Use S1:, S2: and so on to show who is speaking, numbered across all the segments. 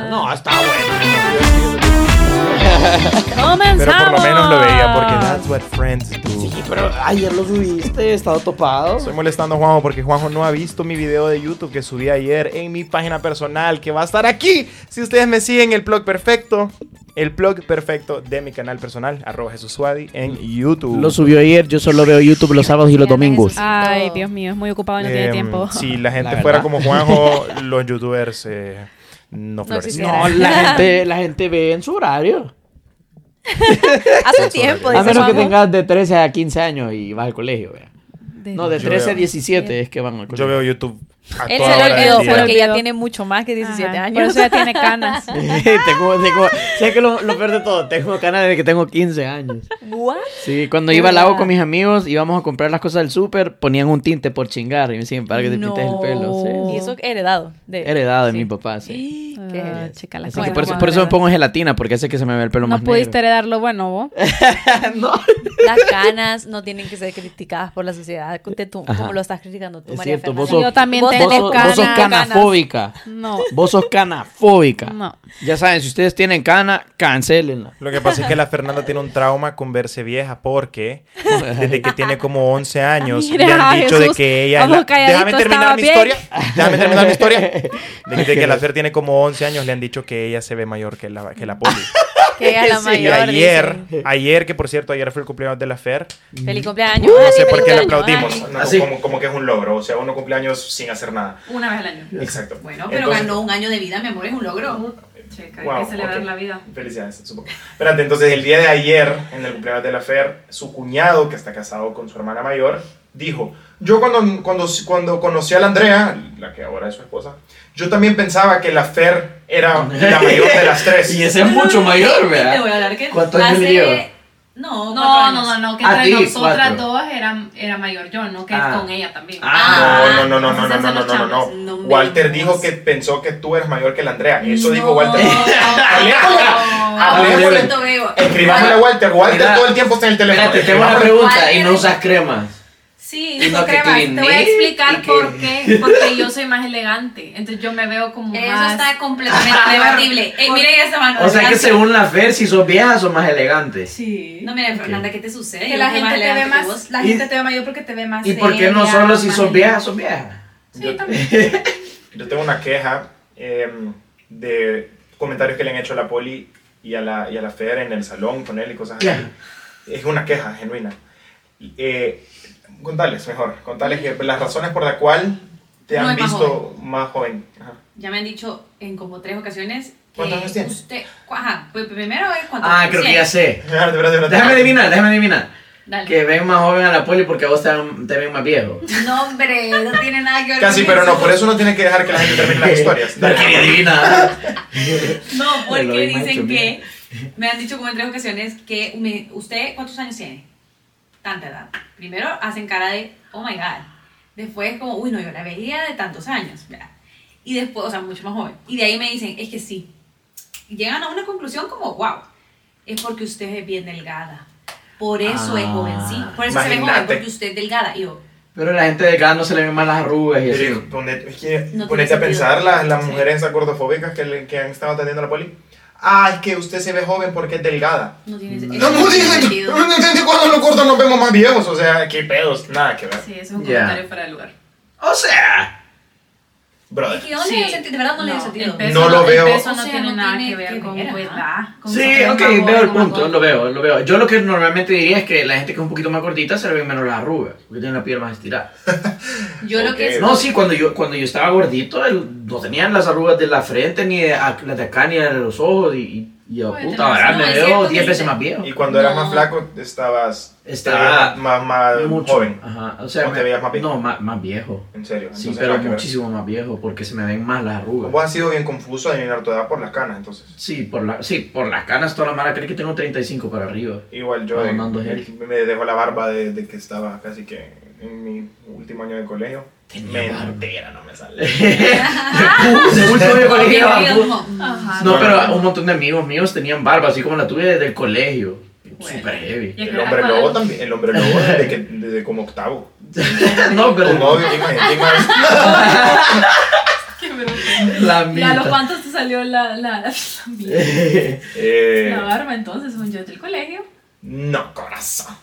S1: No, está bueno.
S2: ¡Comenzamos!
S3: Pero por lo menos lo veía porque that's what friends do.
S1: Sí, pero ayer lo subiste, he estado topado.
S3: Estoy molestando a Juanjo porque Juanjo no ha visto mi video de YouTube que subí ayer en mi página personal que va a estar aquí. Si ustedes me siguen el blog perfecto, el blog perfecto de mi canal personal, arroba Jesús Suadi, en YouTube.
S1: Lo subió ayer, yo solo veo YouTube los sábados y los domingos.
S2: Ay, Dios mío, es muy ocupado y no tiene
S3: Em,
S2: tiempo.
S3: Si la gente
S1: La
S3: fuera
S1: verdad.
S3: como Juanjo, los youtubers eh, no florecen.
S2: existieran.
S1: No, la gente, la gente ve en su horario.
S4: Hace tiempo,
S1: A
S4: dice
S1: menos que
S4: Juanjo.
S1: tengas de 13 a 15 años y vas al colegio, vea. No, de
S3: Yo
S1: 13 a
S3: veo.
S1: 17 es que van al
S3: Yo
S1: colegio.
S3: veo YouTube a
S4: Él
S3: toda
S4: se lo
S3: hora del
S4: olvidó
S3: día.
S4: porque ya
S2: Olvidó.
S4: tiene mucho más que 17
S2: Ajá, Por
S4: años.
S2: eso ya tiene canas.
S1: tengo, tengo, sé que lo, lo peor de todo, tengo ganas de que tengo 15 años.
S4: What?
S1: Sí, cuando
S4: De
S1: iba al lago
S4: verdad.
S1: con mis amigos, íbamos a comprar las cosas del súper, ponían un tinte por chingar y me decían, para que te pintes el pelo.
S2: No.
S1: Sí.
S4: Y eso heredado. De...
S1: Heredado de
S4: sí.
S1: mi papá, sí.
S4: Qué
S2: Oh. Ah,
S4: heredado.
S2: chica, la
S1: Así
S2: cosa
S1: que por
S2: es
S1: eso,
S2: buena.
S1: por eso me pongo gelatina, porque hace que se me vea el pelo
S2: No
S1: más
S2: pudiste
S1: negro.
S2: heredar lo bueno, vos.
S1: no.
S4: Las canas no tienen que ser criticadas por la sociedad de tú-
S1: Ajá.
S4: como lo estás criticando tú,
S1: Es
S4: María
S1: cierto, vos
S4: Fernanda.
S2: sos- Yo también
S4: Vos
S1: Vos,
S2: tenés
S4: tenés
S1: sos-
S2: canas.
S1: vos sos canafóbica.
S2: No.
S1: Vos sos canafóbica.
S2: No.
S1: Ya saben, si ustedes tienen cana, cancelenla.
S3: Lo que pasa es que la Fernanda tiene un trauma con verse vieja porque desde que tiene como 11 años
S2: Mira,
S3: le han dicho de
S2: Jesús,
S3: que ella... es
S2: vos
S3: la-
S2: calladito
S3: Déjame terminar
S2: estabas
S3: mi
S2: bien.
S3: historia. Déjame terminar mi historia. De, de que la Fer tiene como 11 años le han dicho que ella se ve mayor que la, que la poli.
S4: Que ella es la
S3: Y
S4: mayor.
S3: ayer,
S4: dicen.
S3: ayer, que por cierto, ayer fue el cumpleaños de la Fer,
S4: Feliz cumpleaños.
S3: no
S4: Ani,
S3: sé
S4: feliz
S3: por qué le
S4: cumpleaños,
S3: aplaudimos.
S4: Ani.
S3: No,
S1: Así.
S3: como, como que es un logro, o sea, uno cumpleaños sin hacer nada.
S5: Una vez al año.
S3: Exacto.
S5: Bueno, pero
S3: Entonces-
S5: ganó un año de vida, mi amor, es un logro. Checa, hay
S3: Wow,
S5: que celebrar
S3: ok.
S5: la vida.
S3: Felicidades, supongo. Espérate, entonces el día de ayer, en el cumpleaños de la Fer, su cuñado, que está casado con su hermana mayor, dijo, yo cuando, cuando, cuando conocí a la Andrea, la que ahora es su esposa, yo también pensaba que la Fer era la mayor de las tres.
S1: Y ese es mucho mayor,
S5: Te voy
S1: ¿verdad?
S5: a hablar que.
S1: ¿Cuántos años le lleva?
S5: No,
S6: No, no, no, no, que
S1: A
S6: entre
S1: ti,
S6: nosotras
S1: cuatro.
S6: dos era, era mayor yo, no que
S1: Ah.
S6: con ella también.
S1: Ah,
S3: no, no, no, no, no,
S6: entonces
S3: no, no,
S6: hacen
S3: no,
S6: los
S3: no,
S6: chambres.
S3: no.
S5: no me
S3: Walter
S5: digas.
S3: dijo que pensó que tú eres mayor que la Andrea. Eso dijo Walter.
S5: No, no,
S3: Hablemos.
S5: ahorita veo.
S3: Escribámosle a Walter. Walter
S1: Mira,
S3: todo el tiempo está en el teléfono.
S1: Espérate, tengo una
S3: Escribámosle.
S1: pregunta y no usas cremas.
S6: Sí,
S1: Y
S6: no
S1: no que
S6: cremas. Te voy a
S1: clinique, y
S6: explicar
S1: que-
S6: por qué. Porque yo soy más elegante. Entonces yo me veo como
S5: Eso
S6: más.
S5: está completamente debatible. Ey, miren esa mano.
S1: O sea que
S5: adelante.
S1: según la Fer, si sos vieja, sos más elegante.
S6: Sí.
S5: No, mira, Fernanda, ¿qué te sucede?
S6: que la
S5: Yo soy
S6: gente te ve
S5: elegante que
S6: más.
S5: vos.
S6: La
S1: Y-
S6: gente te ve mayor porque te ve más.
S1: ¿Y por qué no
S6: seria,
S1: solo si
S6: más
S1: sos
S6: elegante.
S1: vieja, sos vieja?
S3: Yo- Yo tengo una queja em, de comentarios que le han hecho a la poli y a la, y a la Fer en el salón con él y cosas así.
S1: Queja.
S3: Es una queja genuina. Y, Eh, contales mejor, contales que las razones por la cual te
S5: No
S3: han
S5: es más
S3: visto más joven. Ajá.
S5: Ya me han dicho en como tres ocasiones. que
S3: ¿Cuántos años tienes?
S5: Usted, ajá, pues primero es cuántos
S1: Ah,
S5: años
S1: creo que ya
S5: tienes.
S1: sé.
S3: Espérate, espérate, espérate.
S1: Déjame adivinar, déjame adivinar.
S5: Dale.
S1: Que ven más joven a la poli porque a vos te, ven- te ven más viejo.
S5: No, hombre, no tiene nada que ver
S3: Casi,
S5: con
S3: pero no, por eso no tiene que dejar que la gente termine las historias.
S1: No quería adivinar.
S5: No,
S1: Me lo
S5: porque
S1: vi macho,
S5: dicen
S1: mira.
S5: que. Me han dicho como en tres ocasiones que. me- ¿Usted cuántos años tiene? Tanta edad. Primero hacen cara de, oh my god. Después, como, uy, no, yo la veía de tantos años. ¿verdad? Y después, o sea, mucho más joven. Y de ahí me dicen, es que sí. Y llegan a una conclusión como, wow, es porque usted es bien delgada. Por eso es
S1: Ah,
S5: jovencito. Por eso se ve joven,
S3: imagínate.
S5: porque usted es delgada. Y yo,
S1: Pero la gente de acá no se le ven más las arrugas y
S3: Pero
S1: así.
S3: ponete, es que
S5: No
S3: ponete a
S5: tiene sentido.
S3: pensar las, las
S5: Sí.
S3: mujeres gordofóbicas que, le- que han estado atendiendo a la poli. Ah, es que usted se ve joven porque es delgada.
S5: no tiene eso
S3: No, no,
S5: tiene
S3: desde,
S5: sentido.
S3: desde cuando los gordos nos vemos más viejos, o sea, qué pedos, nada que ver.
S6: Sí, eso es un
S1: Ya.
S6: comentario fuera de lugar.
S1: O sea,
S5: Es
S3: Brother.
S5: que no
S6: Sí.
S5: le dio sentido, de verdad no, le dio sentido.
S6: El peso
S3: No lo
S6: el
S3: veo.
S6: peso
S5: O
S6: no
S5: sea,
S6: tiene
S5: no
S6: nada
S5: tiene
S6: que ver
S5: que
S6: con
S5: ver,
S6: tu
S5: ajá.
S6: edad. con si
S1: sí,
S6: eres
S1: ok,
S6: más joven
S1: veo el
S6: o más
S1: punto,
S6: gordo.
S1: lo veo, lo veo. Yo lo que normalmente diría es que la gente que es un poquito más gordita se le ven menos las arrugas, porque tienen la piel más estirada.
S5: Yo lo que
S3: Ok.
S1: No, sí, cuando yo, cuando yo estaba gordito, el- no tenían las arrugas de la frente, ni de, ac- las de acá, ni las de los ojos, y, y, y yo,
S6: Oye,
S1: puta,
S6: tenés-
S1: ahora
S5: no,
S1: me
S5: es
S1: veo
S5: cierto
S1: 10
S5: que
S1: veces
S5: dice-
S1: más viejo.
S3: Y cuando eras más
S5: No.
S3: flaco, estabas te
S1: Estaba
S3: veías más, más
S1: Mucho.
S3: joven.
S1: Ajá, o sea,
S3: ¿O te veías más viejo?
S1: No, más, más viejo.
S3: En serio.
S1: Sí,
S3: entonces,
S1: pero
S3: nada que ver.
S1: muchísimo más viejo, porque se me ven más las arrugas.
S3: Vos has sido bien confuso de adivinar tu edad por las canas, entonces.
S1: Sí, por, la, sí, por las canas toda la mara creo que tengo 35 para arriba.
S3: Igual yo
S1: Ah,
S3: de-
S1: Hernando Gel.
S3: me dejó la barba de, de que estaba casi que en mi último año de colegio.
S1: Tenía barba.
S3: Mentira, no me sale.
S1: De último año de colegio,
S5: Obvio,
S1: bambú.
S5: no.
S2: Ah,
S6: Ajá.
S1: No, pero un montón de amigos míos tenían barba, así como la tuve desde el colegio. Super heavy.
S6: Y
S3: El
S6: acá-
S3: hombre
S6: acá-
S3: lobo también, el hombre lobo desde, que, desde como octavo.
S1: No,
S3: Tu
S1: pero.
S3: novio, dime, dime.
S6: pero.
S1: La
S6: ¿Y a los
S1: mitad.
S6: cuantos te salió la, la, la,
S3: Eh,
S6: la barba entonces? Según yo del colegio.
S3: no, corazón.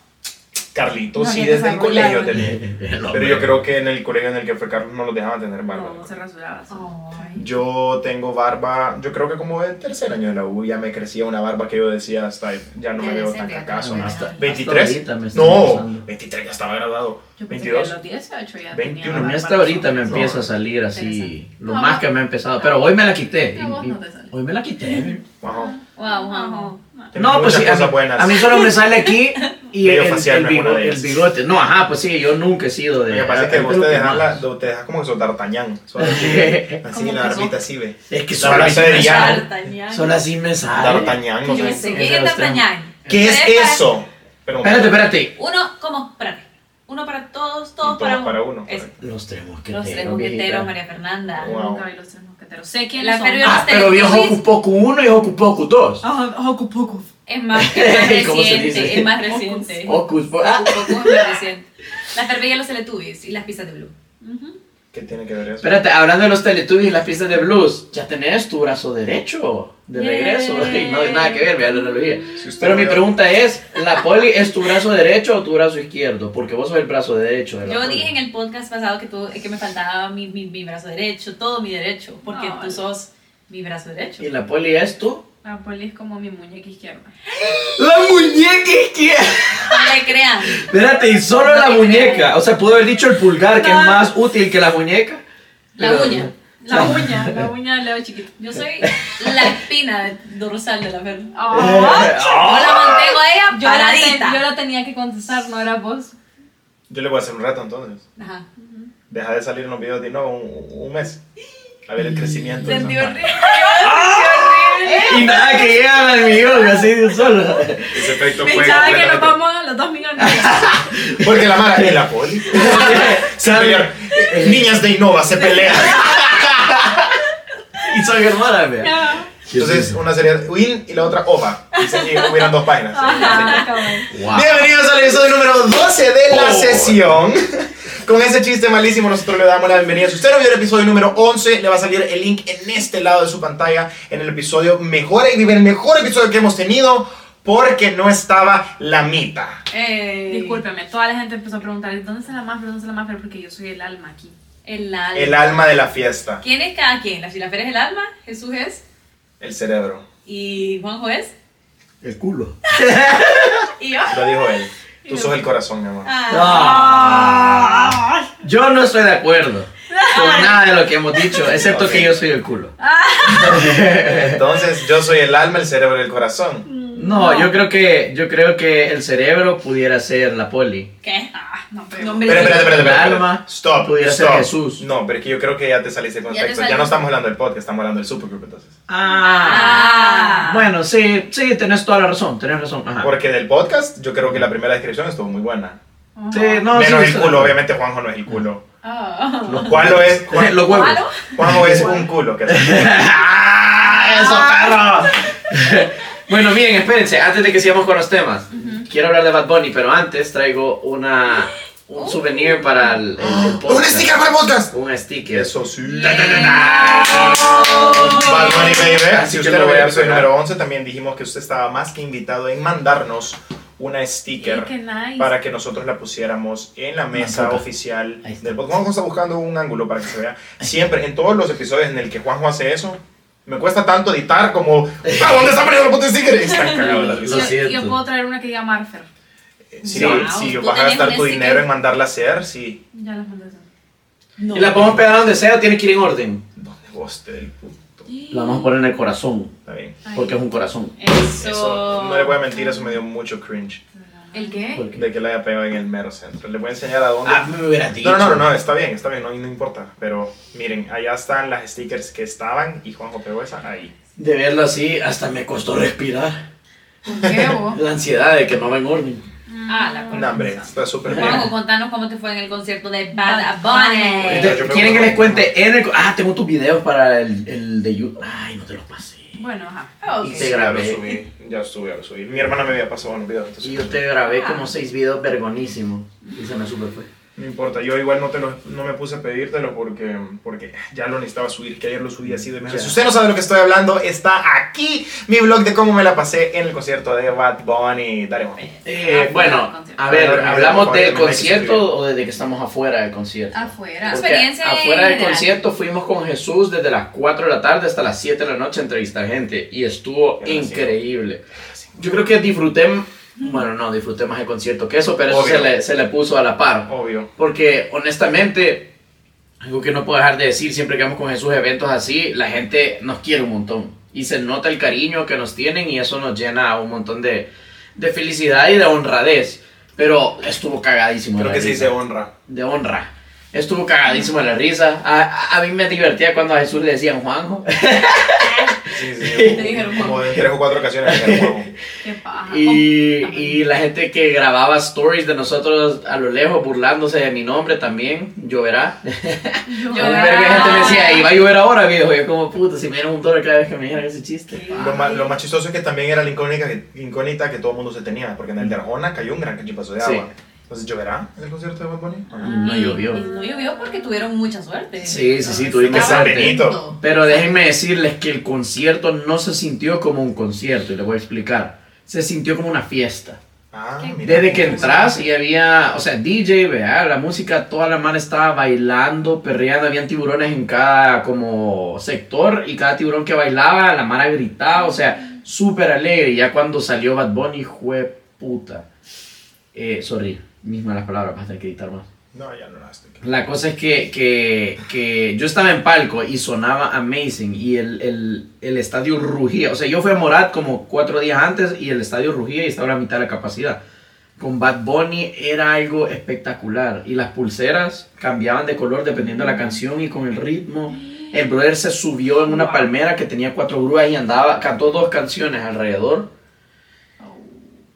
S3: Carlitos
S6: No,
S3: sí
S6: ya te
S3: desde el
S6: desarrollaron.
S3: colegio tenía. Pero yo creo que en el colegio en el que fue Carlos no los dejaban tener barba.
S6: No, se rasuraba. solo.
S5: Ay.
S3: Yo tengo barba, yo creo que como en tercer año de la U ya me crecía una barba que yo decía hasta ahí, ya no
S5: Ya
S3: me veo tan
S5: decente, ya
S3: cacazo.
S5: te
S3: ¿no?
S5: ves bien.
S3: 23.
S1: Hasta ahorita me está
S3: No,
S1: pasando.
S3: 23 ya estaba graduado.
S6: Yo pensé que a
S3: 22.
S6: los 18
S3: 21.
S6: ya tenía.
S1: A mí
S6: barba
S1: hasta ahorita me
S6: solo.
S1: empieza a salir así,
S5: Interesante.
S1: lo
S6: No,
S1: más
S6: no.
S1: que me ha empezado. Pero hoy me la quité.
S6: No, vos
S1: Y- y-
S6: no te sale.
S1: Hoy me la quité.
S3: Wow.
S5: Wow, wow, wow.
S6: Ajá.
S3: Tenés
S1: No, pues
S3: muchas
S1: sí, a
S3: cosas
S1: mí,
S3: buenas.
S1: a mí solo me sale aquí y el,
S3: Medio
S1: el-
S3: facial,
S1: el
S3: me
S1: bigo-
S3: acuerdo de
S1: el
S3: eso.
S1: bigote. No, ajá, pues sí, yo nunca he sido de...
S3: Lo que pasa es que
S1: de-
S3: vos
S1: de-
S3: te
S1: de-
S3: dejas, la- lo- te dejas como su tartañán. Solo así, ve. así
S6: ¿Cómo
S3: la
S6: que
S3: barbita así, ve.
S1: Es que
S3: La
S1: solo así
S3: frase de
S1: me
S3: Diana.
S1: sale.
S5: D'Artagnan.
S1: Solo así me sale.
S3: D'Artagnan, no
S5: Yo
S3: sé.
S5: sé
S1: Ese
S5: que
S1: era
S5: es D'Artagnan.
S3: ¿Qué es
S5: Tres para-
S3: eso? Pregunta.
S1: Espérate, espérate.
S5: Uno, como, espérate. Uno para todos,
S3: Y
S5: todos para uno.
S3: para uno,
S5: Es-
S3: correcto.
S1: Los tres mosqueteros.
S5: los tres mosqueteros,
S1: viejita.
S5: María Fernanda.
S3: Wow.
S6: Nunca vi los tres mosqueteros. Sé quiénes
S5: La
S6: son.
S5: Feria
S6: Ah,
S1: Ah, pero vio Hocus Pocus 1 y Hocus Pocus 2.
S6: Ah, Hocus Pocus.
S5: Es más, es más
S1: ¿Cómo se dice?
S5: reciente. Es más reciente.
S1: Hocus Pocus.
S5: Un
S1: Ah.
S5: poco es más reciente. La Ferbella y los Teletubbies y las pizzas de Blue.
S3: ¿Qué tiene que ver eso?
S1: Espérate, hablando de los Teletubbies y las piezas de blues, ya tenés tu brazo derecho de
S5: Yay.
S1: regreso. Y no hay nada que ver, vea la analogía.
S3: Si usted
S1: Pero mi
S3: veo-
S1: pregunta es, ¿la poli es tu brazo derecho o tu brazo izquierdo? Porque vos sos el brazo derecho de la
S5: Yo
S1: poli.
S5: dije en el podcast pasado que, tú, que me faltaba mi, mi, mi brazo derecho, todo mi derecho, porque
S6: No,
S5: tú
S6: el-
S5: sos mi brazo derecho.
S1: ¿Y la poli es tú?
S6: La poli es como mi muñeca izquierda.
S1: ¡La muñeca izquierda!
S5: No le crean.
S1: Espérate, y solo la muñeca. O sea, pudo haber dicho el pulgar, que es más útil que la muñeca.
S5: La
S1: Pero-
S5: uña.
S6: La uña, la uña de Leo chiquito.
S5: Yo soy la espina de- dorsal de la Fer. Ah,
S1: Eh,
S5: Yo la mantengo a ella
S6: Yo la, ten-
S5: paradita.
S6: yo la tenía que contestar, no era vos.
S3: Yo le voy a hacer un rato entonces.
S5: Ajá.
S3: Deja de salir en los videos de no, un, un mes. A ver el crecimiento. de esa
S5: Sentí
S3: madre.
S5: horrible.
S1: Y nada, que llegan al millón, así de solo.
S3: Ese efecto fue
S6: Pensaba que nos
S3: completamente-
S6: vamos a los dos millones.
S3: Porque la mara y la poli. Se pelearon. Niñas de Innova se pelean.
S1: Y soy hermana, vea.
S6: Ah,
S3: Entonces, una sería Win y la otra Ova. Dicen que hubieran dos páginas.
S6: Ajá,
S5: Ah,
S6: cabrón.
S1: Wow.
S3: Bienvenidos al episodio número 12 de la
S1: Ah. Oh.
S3: sesión. Con ese chiste malísimo, nosotros le damos la bienvenida. Si usted no vio el episodio número 11, le va a salir el link en este lado de su pantalla, en el episodio mejor, el mejor episodio que hemos tenido, porque no estaba la mitad.
S5: Eh,
S6: Discúlpeme, toda la gente empezó a preguntar, ¿dónde está la mafia? ¿Dónde está la mafia? Porque yo soy el alma aquí.
S5: El alma.
S3: El alma de la fiesta,
S5: ¿Quién es cada quien? La Fer es el alma, Jesús es
S3: el cerebro.
S5: y Juanjo es
S1: El culo.
S5: y yo.
S3: Lo dijo él. Tú sos el corazón, mi amor.
S5: Ah,
S1: Ah. Yo no estoy de acuerdo con nada de lo que hemos dicho, excepto que yo soy el culo.
S3: Entonces, yo soy el alma, el cerebro y el corazón.
S1: No, yo creo que yo creo que el cerebro pudiera ser la poli.
S5: ¿Qué?
S6: Ah, no, pero...
S5: No,
S3: Espera, espera, espera, espera, espera.
S1: El alma
S3: Stop,
S1: pudiera ser
S3: stop.
S1: Jesús.
S3: No, pero es que yo creo que ya te saliste del
S5: Ya te
S3: contexto. Ya, no
S5: saliste.
S3: estamos hablando del podcast, estamos hablando del supergroup entonces.
S1: Ah.
S5: Ah.
S1: Bueno, sí, sí, tenés toda la razón, tenés razón. Ajá.
S3: Porque del podcast, yo creo que la primera descripción estuvo muy buena.
S1: Sí, no, sí,
S3: Menos el
S1: sí.
S3: culo, obviamente Juanjo no es el culo.
S5: Ah.
S3: Juan lo es. Juan-
S1: Los huevos.
S3: Juanjo es un culo. Que
S1: ¡Ah, eso, perro! bueno, miren, espérense, antes de que sigamos con los temas, quiero hablar de Bad Bunny, pero antes traigo una un souvenir para el,
S3: Oh,
S1: el- el podcast.
S3: para el podcast!
S1: Un sticker.
S3: Eso sí. Bad
S5: Yes.
S3: Bunny Baby.
S1: Así
S3: si
S1: que
S3: usted
S1: lo
S3: lo
S1: voy
S3: ve
S1: a
S3: en el episodio
S1: pegar.
S3: número 11, también dijimos que usted estaba más que invitado en mandarnos una sticker.
S6: Qué nice.
S3: para que nosotros la pusiéramos en la mesa
S1: Mascota.
S3: oficial
S1: Ahí está.
S3: del podcast. Juanjo está buscando un ángulo para que se vea. Siempre, en todos los episodios en el que Juanjo hace eso, me cuesta tanto editar como "Ah, ¿Dónde está poniendo el puto sticker? Y Están cagados la
S1: Lo
S6: Yo,
S3: risa.
S1: siento.
S6: yo puedo traer una que diga Marfer.
S3: Si,
S1: Wow.
S3: si
S5: Tú
S3: vas a
S5: tenías
S3: gastar
S5: un
S3: tu
S5: sticker.
S3: dinero en mandarla a hacer, sí.
S6: Ya las mandé. a hacer.
S5: No.
S1: Y la podemos pegar donde sea, tiene que ir en orden.
S3: ¿Dónde vos te del puto?
S1: La vamos a poner en el corazón,
S3: Está bien.
S6: Ay.
S1: porque es un corazón.
S5: Eso.
S3: Eso, no le voy a mentir, eso me dio mucho cringe
S5: ¿El qué?
S1: Porque-
S3: de que la haya pegado en el mero centro. Le voy a enseñar a dónde.
S1: Ah, me hubieras dicho.
S3: No, no, no, no, está bien, está bien, no, no importa. Pero miren, allá están las stickers que estaban y Juanjo pegó esa ahí.
S1: De verlo así, hasta me costó respirar.
S6: ¿Con qué vos?
S1: La ansiedad de que no va en orden.
S5: Ah, la
S3: No, hombre, está súper
S5: Juanjo,
S3: bien.
S5: contanos cómo te fue en el concierto de Bad Bunny.
S1: Entonces, ¿Quieren que les cuente en el... co- Ah, tengo tus videos para el, el de YouTube. Ay, no te los pasé.
S6: Bueno, ajá.
S5: Ok.
S1: Y
S3: Sí,
S1: te
S3: ya lo
S1: grabé.
S3: subí, ya lo subí, ya lo subí. Mi hermana me había pasado unos videos, entonces.
S1: Y yo te grabé como seis videos vergonísimos. Y se me super fue.
S3: No importa, yo igual no, te lo, no me puse a pedírtelo porque, porque ya lo necesitaba subir, que ayer lo subí así de menos. Si usted no sabe de lo que estoy hablando, está aquí mi blog de cómo me la pasé en el concierto de Bad Bunny. Dale, mami.
S1: Eh, bueno, a ver, ¿hablamos del concierto o desde que estamos afuera del concierto?
S6: Afuera.
S1: Porque
S5: Experiencia
S1: afuera del
S5: general.
S1: concierto fuimos con Jesús desde las 4 de la tarde hasta las 7 de la noche a entrevistar gente y estuvo
S3: Qué gracioso.
S1: increíble. Yo creo que disfruté, bueno, no, disfruté más el concierto que eso, pero eso
S3: Obvio.
S1: se le, se le puso a la par. pues.
S3: Obvio.
S1: Porque honestamente, algo que no puedo dejar de decir, siempre que vamos con Jesús a eventos así, la gente nos quiere un montón. Y se nota el cariño que nos tienen y eso nos llena un montón de, de felicidad y de honradez. Pero estuvo cagadísimo.
S3: Creo
S1: la
S3: que sí
S1: risa.
S3: se honra.
S1: De honra. Estuvo cagadísimo la risa. A, a- a mí me divertía cuando a Jesús le decían Juanjo.
S3: Sí, sí.
S6: dijeron,
S3: como en tres o cuatro ocasiones me dijeron, "Juanjo".
S6: Qué paja.
S1: Y, y la gente que grababa stories de nosotros a lo lejos burlándose de mi nombre también, lloverá.
S6: Yo-
S1: Un verga de gente me decía, iba a llover ahora, viejo. Yo como, puta, si me dieron un dólar cada vez que me dijeran ese chiste.
S3: Lo más, lo más chistoso es que también era la incógnita que, incógnita que todo el mundo se tenía, porque en el de Arjona cayó un gran cachipazo de
S1: Sí. Mm.
S3: agua. Entonces, ¿lloverá en el concierto de Bad Bunny? ¿O no?
S1: No
S5: Y
S1: llovió.
S5: Mm, no llovió porque tuvieron mucha suerte.
S1: Sí, sí, sí, tuvimos
S3: San
S1: suerte.
S3: Benito.
S1: Pero déjenme decirles que el concierto no se sintió como un concierto, y les voy a explicar. Se sintió como una fiesta.
S3: Ah, mira.
S1: Desde que entras y había, o sea, DJ, vea, la música, toda la mano estaba bailando, perreando, habían tiburones en cada como sector y cada tiburón que bailaba, la mara gritaba, o sea, súper alegre. Y ya cuando salió Bad Bunny, jue puta. Eh, sorry, mis malas palabras, vas a tener que editar más.
S3: No, ya no este la estoy.
S1: La cosa es que, que, que yo estaba en palco y sonaba amazing y el, el, el estadio rugía. O sea, yo fui a Morat como cuatro días antes y el estadio rugía y estaba a la mitad de la capacidad. Con Bad Bunny era algo espectacular y las pulseras cambiaban de color dependiendo de la canción y con el ritmo. El brother se subió en una palmera que tenía cuatro grúas y andaba, cantó dos canciones alrededor.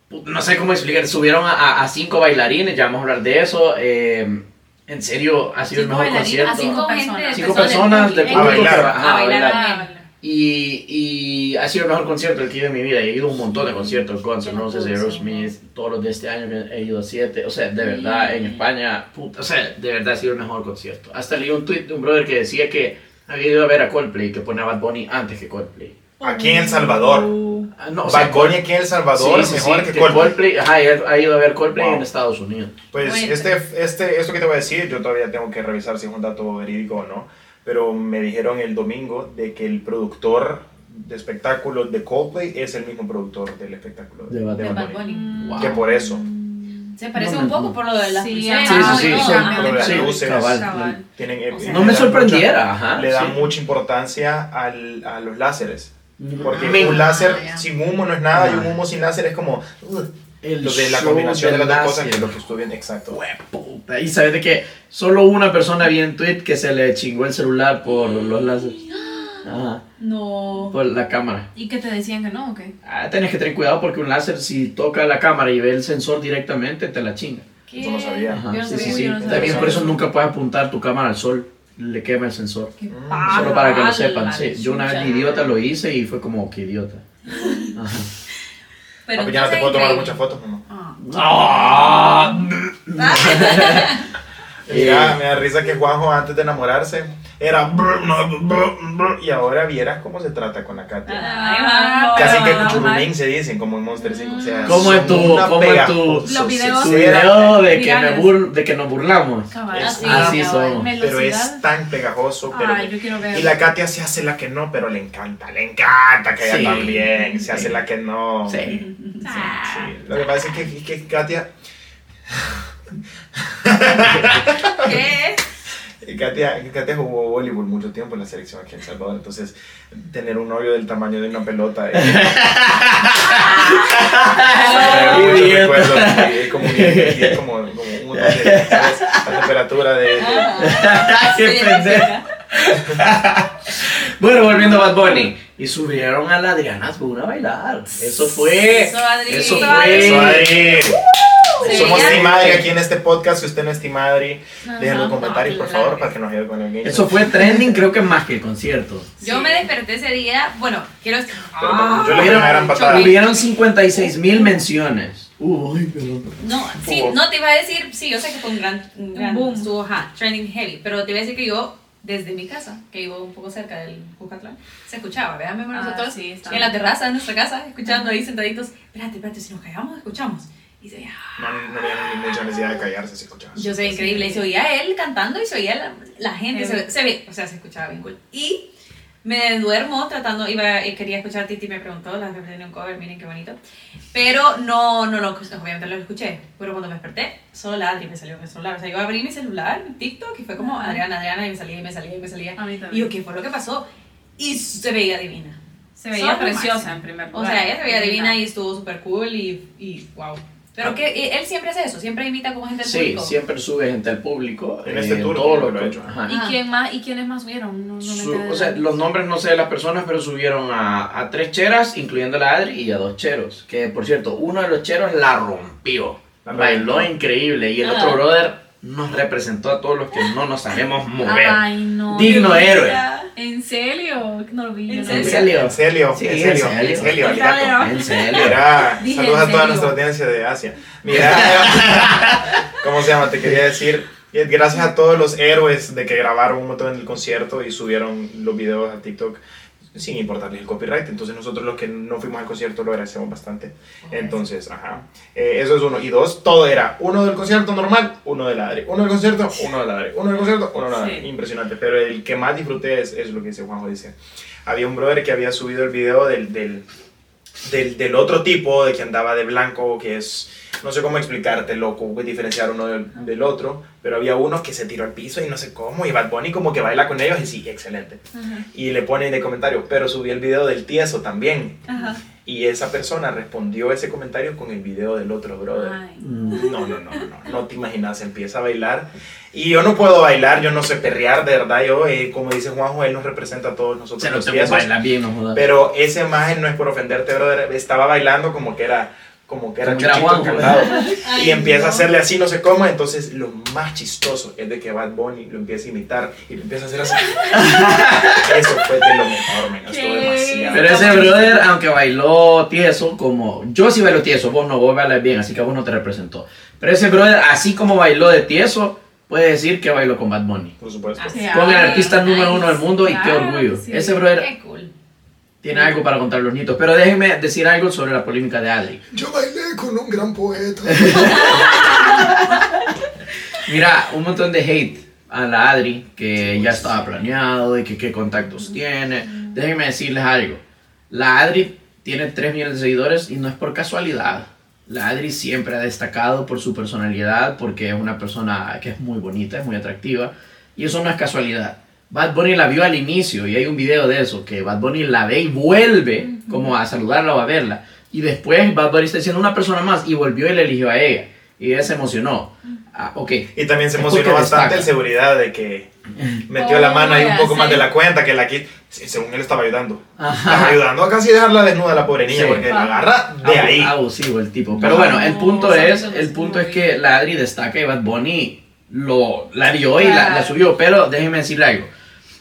S1: Put- No sé cómo explicar, subieron a, a- a cinco bailarines, ya vamos a hablar de eso. eh, en serio, ha sido el
S6: Cinco
S1: mejor
S6: bailarines,
S1: concierto.
S5: A cinco,
S6: Personas.
S5: gente,
S1: Cinco personas de
S5: en-
S1: público que
S3: bailar.
S1: va-
S5: A
S1: ajá, a
S5: bailar.
S1: bailar. Y, y ha sido el mejor concierto que he ido en mi vida. He ido a un montón de conciertos, Guns N' Roses, Aerosmith, todos los de este año que he ido a siete. O sea, de verdad, en España, puta, o sea, de verdad ha sido el mejor concierto. Hasta leí un tweet de un brother que decía que había ido a ver a Coldplay, que ponía a Bad Bunny antes que Coldplay.
S5: Oh,
S3: Aquí en El Salvador.
S1: Ah, no, o sea,
S3: Bad Bunny aquí en El Salvador
S1: sí, sí,
S3: mejor
S1: sí,
S3: que Coldplay.
S1: ajá, él ha ido a ver Coldplay
S3: Wow.
S1: en Estados Unidos.
S3: Pues
S5: Bueno.
S3: este, este, esto que te voy a decir, yo todavía tengo que revisar si es un dato verídico o no, pero me dijeron el domingo de que el productor de espectáculos de Coldplay es el mismo productor del espectáculo
S1: De Bad
S5: De Bad
S3: Bunny.
S5: Bunny.
S1: Wow.
S3: Que por eso
S5: Se parece
S1: No me-
S5: un poco por lo de las
S6: Sí,
S5: pulseras.
S1: Mm. Sí, sí, sí,
S5: y
S1: sí,
S5: todo,
S6: son-
S5: ajá.
S3: por las
S1: sí,
S3: luces,
S1: cabal.
S6: Chaval.
S3: tienen, eh,
S6: O sea,
S1: No me
S3: le dan mucha-
S1: sorprendiera, ajá.
S3: le dan
S1: sí.
S3: mucha importancia al, a los láseres. Porque
S1: Me-
S3: un láser
S6: Ah,
S5: ya.
S3: sin humo no es nada y un
S1: Ah.
S3: humo sin láser es como... uh,
S1: El
S3: lo de la
S1: show
S3: combinación de
S1: del
S3: las dos cosas
S1: láser.
S3: que es lo que estuve bien exacto. Ah,
S1: Puta, y sabes de que solo una persona vi en tweet que se le chingó el celular por los láseres. Ajá,
S6: No.
S1: por la cámara.
S6: ¿Y qué te decían que no o qué?
S1: Ah, tenés que tener cuidado porque un láser, si toca la cámara y ve el sensor directamente, te la chinga.
S5: ¿Qué?
S3: Eso no sabía.
S1: Ajá,
S5: Yo no
S1: sí, sí,
S5: sabía,
S1: sí.
S5: yo no sabía.
S1: También por eso nunca puedes apuntar tu cámara al sol, le quema el sensor.
S6: Qué
S3: Mm,
S2: Ah,
S6: paja.
S1: Solo para que lo
S6: la
S1: sepan, sí. Yo una vez
S6: chucha.
S1: de idiota lo hice y fue como que idiota. Ajá.
S5: Pero
S3: Papi, pues ya no te
S5: entonces,
S3: puedo tomar
S5: increíble.
S3: muchas fotos, mamá.
S5: Ah.
S1: Eh,
S3: Mira, me da risa que Juanjo antes de enamorarse era brr, no, brr, brr, y ahora vieras cómo se trata con la Katia.
S5: Ay, mamá.
S3: Casi que
S6: ah,
S3: cuchurumín se dicen como en Monster 5. O sea,
S1: ¿Cómo es
S3: son
S1: tu,
S3: una
S1: cómo es tu,
S3: pegajosa.
S6: Los videos.
S1: tu video de que, me
S6: Virales.
S1: bur- de que nos burlamos?
S6: Cabal.
S3: Así,
S1: Así
S5: cabal.
S1: somos.
S3: Pero es
S6: Velocidad.
S3: tan pegajoso. Pero
S6: Ay, yo quiero ver.
S3: y la Katia se hace la que no, pero le encanta, le encanta que ella
S1: Sí.
S3: también. Se hace
S1: Sí.
S3: la que no.
S1: Sí.
S3: Sí. Lo que pasa es que, que Katia,
S5: Ah, ¿Qué?
S3: Katia, Katia jugó voleibol mucho tiempo en la selección aquí en El Salvador. Entonces, tener un novio del tamaño de una pelota. eh, Trae muchos
S1: Idiota.
S3: recuerdos, sí, es como, un- es como, como un montón de- ¿sabes? la temperatura de, de-
S1: Qué
S5: Ah, Sí,
S1: pendejo.
S5: sí.
S1: Bueno, volviendo a Bad Bunny. Y subieron a la Adriana Azbuna a bailar. Eso fue.
S5: Eso, Adri.
S1: Eso
S5: Eso, Adri.
S1: fue.
S3: Eso, Adri.
S5: Sí,
S3: Somos
S5: ya.
S3: Team Adri aquí en este podcast. Si usted no es Team Adri, déjenlo en
S6: no,
S3: comentarios, por
S6: claro.
S3: favor, para que nos ayude con el game.
S1: Eso fue trending, creo que más que el concierto.
S5: Yo me desperté ese día. Bueno, quiero.
S2: Ah,
S5: Ah,
S3: Yo le di una gran patada.
S5: Choque.
S1: Tuvieron 56 mil menciones. Uh, ay, perdón.
S5: No, sí,
S3: Oh.
S5: no te iba a decir, sí, yo sé que fue un gran, un gran
S6: boom.
S5: estuvo, ajá, trending heavy, pero te iba a decir que yo, desde mi casa, que vivo un poco cerca del Cucatlán, se escuchaba, vean,
S6: Ah,
S5: nosotros
S6: sí, está
S5: en la
S6: bien.
S5: terraza de nuestra casa, escuchando ahí sentaditos, espérate, espérate, si nos callamos, escuchamos. Y se oía, ah,
S3: No, no, no había ni mucha necesidad de callarse si escuchabas.
S5: yo se veía increíble, y se oía él cantando y se oía la, la gente,
S6: Heavy.
S5: se, se ve, o sea, se escuchaba bien cool. Y me duermo tratando, iba, eh, quería escuchar a Titi, me preguntó, la que tenía un cover, miren qué bonito. Pero no, no lo, obviamente lo escuché. Pero cuando me desperté, solo la Adri me salió en el celular. O sea, yo abrí mi celular, mi TikTok, y fue como
S6: Ajá.
S5: Adriana, Adriana, y me salía, y me salía, y me salía.
S6: A mí también.
S5: Y yo, ¿qué fue lo que pasó? Y se veía divina.
S6: Se
S5: Son
S6: veía
S5: lo
S6: preciosa
S5: máximo.
S6: en primer
S5: O
S6: lugar.
S5: sea, ella se veía divina y estuvo súper cool y, y wow. Pero
S3: Ah.
S5: que y él siempre hace eso, siempre invita como gente al
S1: Sí,
S5: público.
S1: siempre sube gente al público. eh,
S3: En este tour
S1: todo lo
S3: lo
S1: que-
S3: he hecho.
S2: Ah,
S1: ajá.
S6: ¿Y, quién más, ¿Y quiénes más subieron? No, no me
S1: Su-
S6: enteré de
S1: o sea,
S6: nadie.
S1: los nombres no sé de las personas, pero subieron a, a tres cheras, incluyendo a la Adri, y a dos cheros. Que por cierto, uno de los cheros la rompió.
S3: La
S1: bailó
S3: reventó.
S1: increíble.
S6: Ah.
S1: Y el
S5: Ajá.
S1: otro brother nos representó a todos los que no nos sabemos mover.
S6: Ay, no.
S1: Digno héroe.
S6: ¿En serio? No lo vi.
S5: ¿En
S6: yo no lo
S5: serio?
S1: En
S6: vi.
S1: serio.
S3: En serio,
S1: Sí,
S3: en serio,
S1: en serio.
S3: en serio,
S6: Otra
S3: Aligato.
S6: vez,
S1: En serio.
S3: Mira,
S6: Dije,
S3: saludos
S6: ¿en
S3: a toda
S6: serio?
S3: nuestra audiencia de Asia. Mira, ¿cómo se llama? Te quería decir, que gracias a todos los héroes de que grabaron un montón en el concierto y subieron los videos a TikTok sin importarles el copyright. Entonces nosotros los que no fuimos al concierto lo agradecemos bastante. Entonces, ajá. Eh, eso es uno. Y dos, todo era uno del concierto normal, uno del Adri. Uno del concierto, uno del Adri. Uno del concierto, uno del Adri.
S6: Sí.
S3: Impresionante. Pero el que más disfruté es, es lo que dice Juanjo. Dice, había un brother que había subido el video del- del, del, del otro tipo, de que andaba de blanco, que es, no sé cómo explicarte, loco, güey, diferenciar uno del, del otro, pero había uno que se tiró al piso y no sé cómo, y Bad Bunny como que baila con ellos y sí, excelente. Y le ponen de comentario, pero subí el video del tieso también. Y esa persona respondió ese comentario con el video del otro brother.
S6: Ay.
S1: Mm.
S3: No, no, no, no, no te imaginas, empieza a bailar. Y yo no puedo bailar, yo no sé perrear, de verdad, yo, eh, como dice Juanjo, él nos representa a todos nosotros.
S1: Se lo
S3: los
S1: tengo
S3: tiesos.
S1: bailar bien, no jodas.
S3: Pero esa imagen no es por ofenderte, brother. Estaba bailando como que era como que era
S1: Como que era
S3: Chuchito
S1: Juanjo.
S3: Encalado. y
S5: Ay,
S3: empieza a
S5: no.
S3: hacerle así, no sé cómo. Entonces, lo más chistoso es de que Bad Bunny lo empieza a imitar y lo empieza a hacer así. Eso fue de lo mejor, me gustó
S6: ¿Qué?
S3: demasiado.
S1: Pero ese brother, aunque bailó tieso, como yo sí bailo tieso, vos no, vos bailas bien, así que a vos no te representó. Pero ese brother, así como bailó de tieso, puede decir que bailó con Bad Bunny.
S3: Por supuesto.
S5: Ah, sí.
S1: Con el
S6: Ay,
S1: artista número uno del mundo y qué
S6: claro
S1: orgullo.
S6: que sí.
S1: Ese brother
S5: Qué cool.
S1: tiene algo para contar los nitos. Pero déjenme decir algo sobre la polémica de Adri.
S3: Yo bailé con un gran poeta.
S1: Mira, un montón de hate a la Adri, que ya estaba planeado y que qué contactos tiene. Déjenme decirles algo. La Adri tiene 3 millones de seguidores y no es por casualidad. La Adri siempre ha destacado por su personalidad, porque es una persona que es muy bonita, es muy atractiva. Y eso no es casualidad. Bad Bunny la vio al inicio y hay un video de eso, que Bad Bunny la ve y vuelve como a saludarla o a verla. Y después Bad Bunny está diciendo una persona más y volvió y le eligió a ella. Y ella se emocionó. Ah, ok.
S3: Y también se
S1: Es porque
S3: emocionó bastante
S1: destaca.
S3: el seguridad de que metió la
S6: Oh,
S3: mano ahí un
S6: ya
S3: poco más
S6: sé.
S3: de la cuenta que la quit. Sí, Según él estaba ayudando.
S1: Ajá.
S3: Estaba ayudando a casi dejarla desnuda la pobre niña
S1: Sí.
S3: porque la agarra de
S1: Abu-
S3: ahí.
S1: Abusivo ah, el tipo. Pero
S3: Ajá.
S1: bueno, el
S6: No,
S1: punto
S6: sabe
S1: es,
S6: dónde
S1: el
S6: se
S1: punto es
S6: mueve.
S1: que la Adri destaca y Bad Bunny lo, la vio y la,
S6: Claro.
S1: la subió. Pero déjenme decirle algo.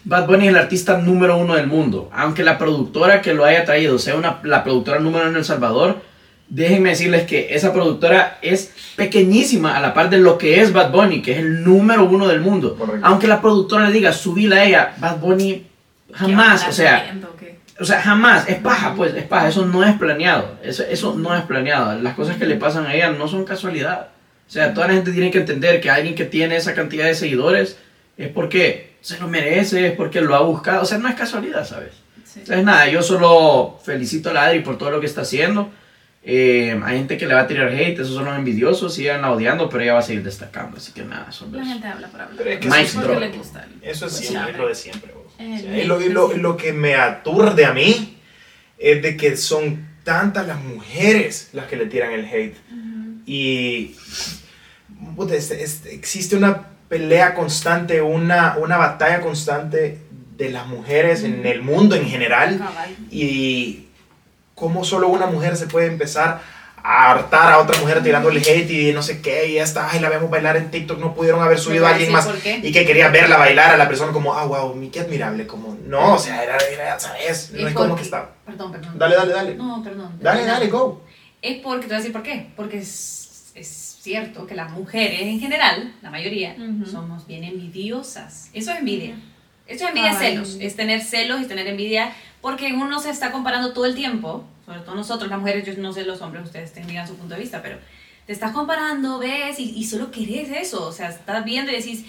S1: Bad Bunny es el artista número uno del mundo. Aunque la productora que lo haya traído sea una, la productora número uno en El Salvador, déjenme decirles que esa productora es pequeñísima a la par de lo que es Bad Bunny, que es el número uno del mundo.
S3: Correcto.
S1: Aunque la productora le diga, subila a ella, Bad Bunny jamás, o sea... O sea, jamás, es paja, pues, es paja, eso no es planeado, eso, eso no es planeado, las cosas que le pasan a ella no son casualidad. O sea, toda la gente tiene que entender que alguien que tiene esa cantidad de seguidores es porque se lo merece, es porque lo ha buscado, o sea, no es casualidad, ¿sabes?
S6: Sí.
S1: Entonces, nada, yo solo felicito a la Adri por todo lo que está haciendo. Eh, hay gente que le va a tirar hate, esos son los envidiosos, sigan la odiando, pero ella va a seguir destacando, así que nada, son
S6: La
S1: los-
S6: gente habla por hablar.
S3: Pero es que
S1: Mic
S6: eso es
S1: drop.
S6: porque le gusta.
S3: Eso es
S6: Pues
S3: siempre,
S6: sí,
S3: es lo de siempre. bro.
S6: Eh,
S3: O sea, y lo, y lo-
S6: sí.
S3: lo que me aturde a mí es de que son tantas las mujeres las que le tiran el hate. Y puta, es- es- existe una pelea constante, una, una batalla constante de las mujeres en el mundo en general.
S6: Cabal.
S3: Y cómo solo una mujer se puede empezar a hartar a otra mujer tirándole hate y no sé qué, y ya está, ay, la vemos bailar en TikTok, no pudieron haber
S5: Te
S3: subido a
S5: voy a
S3: alguien
S5: decir
S3: más
S5: por qué.
S3: y que quería verla bailar a la persona como, ah, wow, mi, qué admirable, como, no, o sea, era, era, ¿sabes?
S5: Y
S3: No es como
S5: porque-
S3: que está.
S5: Perdón, perdón.
S3: Dale, dale, dale.
S5: No, perdón.
S3: Dale,
S5: perdón.
S3: dale, go.
S5: Es porque, te voy a decir por qué, porque es, es cierto que las mujeres en general, la mayoría,
S6: Ujú.
S5: somos bien envidiosas. Eso es envidia. Eso es envidia,
S6: Ay.
S5: celos. Es tener celos y tener envidia porque uno se está comparando todo el tiempo, sobre todo nosotros, las mujeres, yo no sé los hombres, ustedes tengan su punto de vista, pero te estás comparando, ves, y, y solo querés eso. O sea, estás viendo y decís,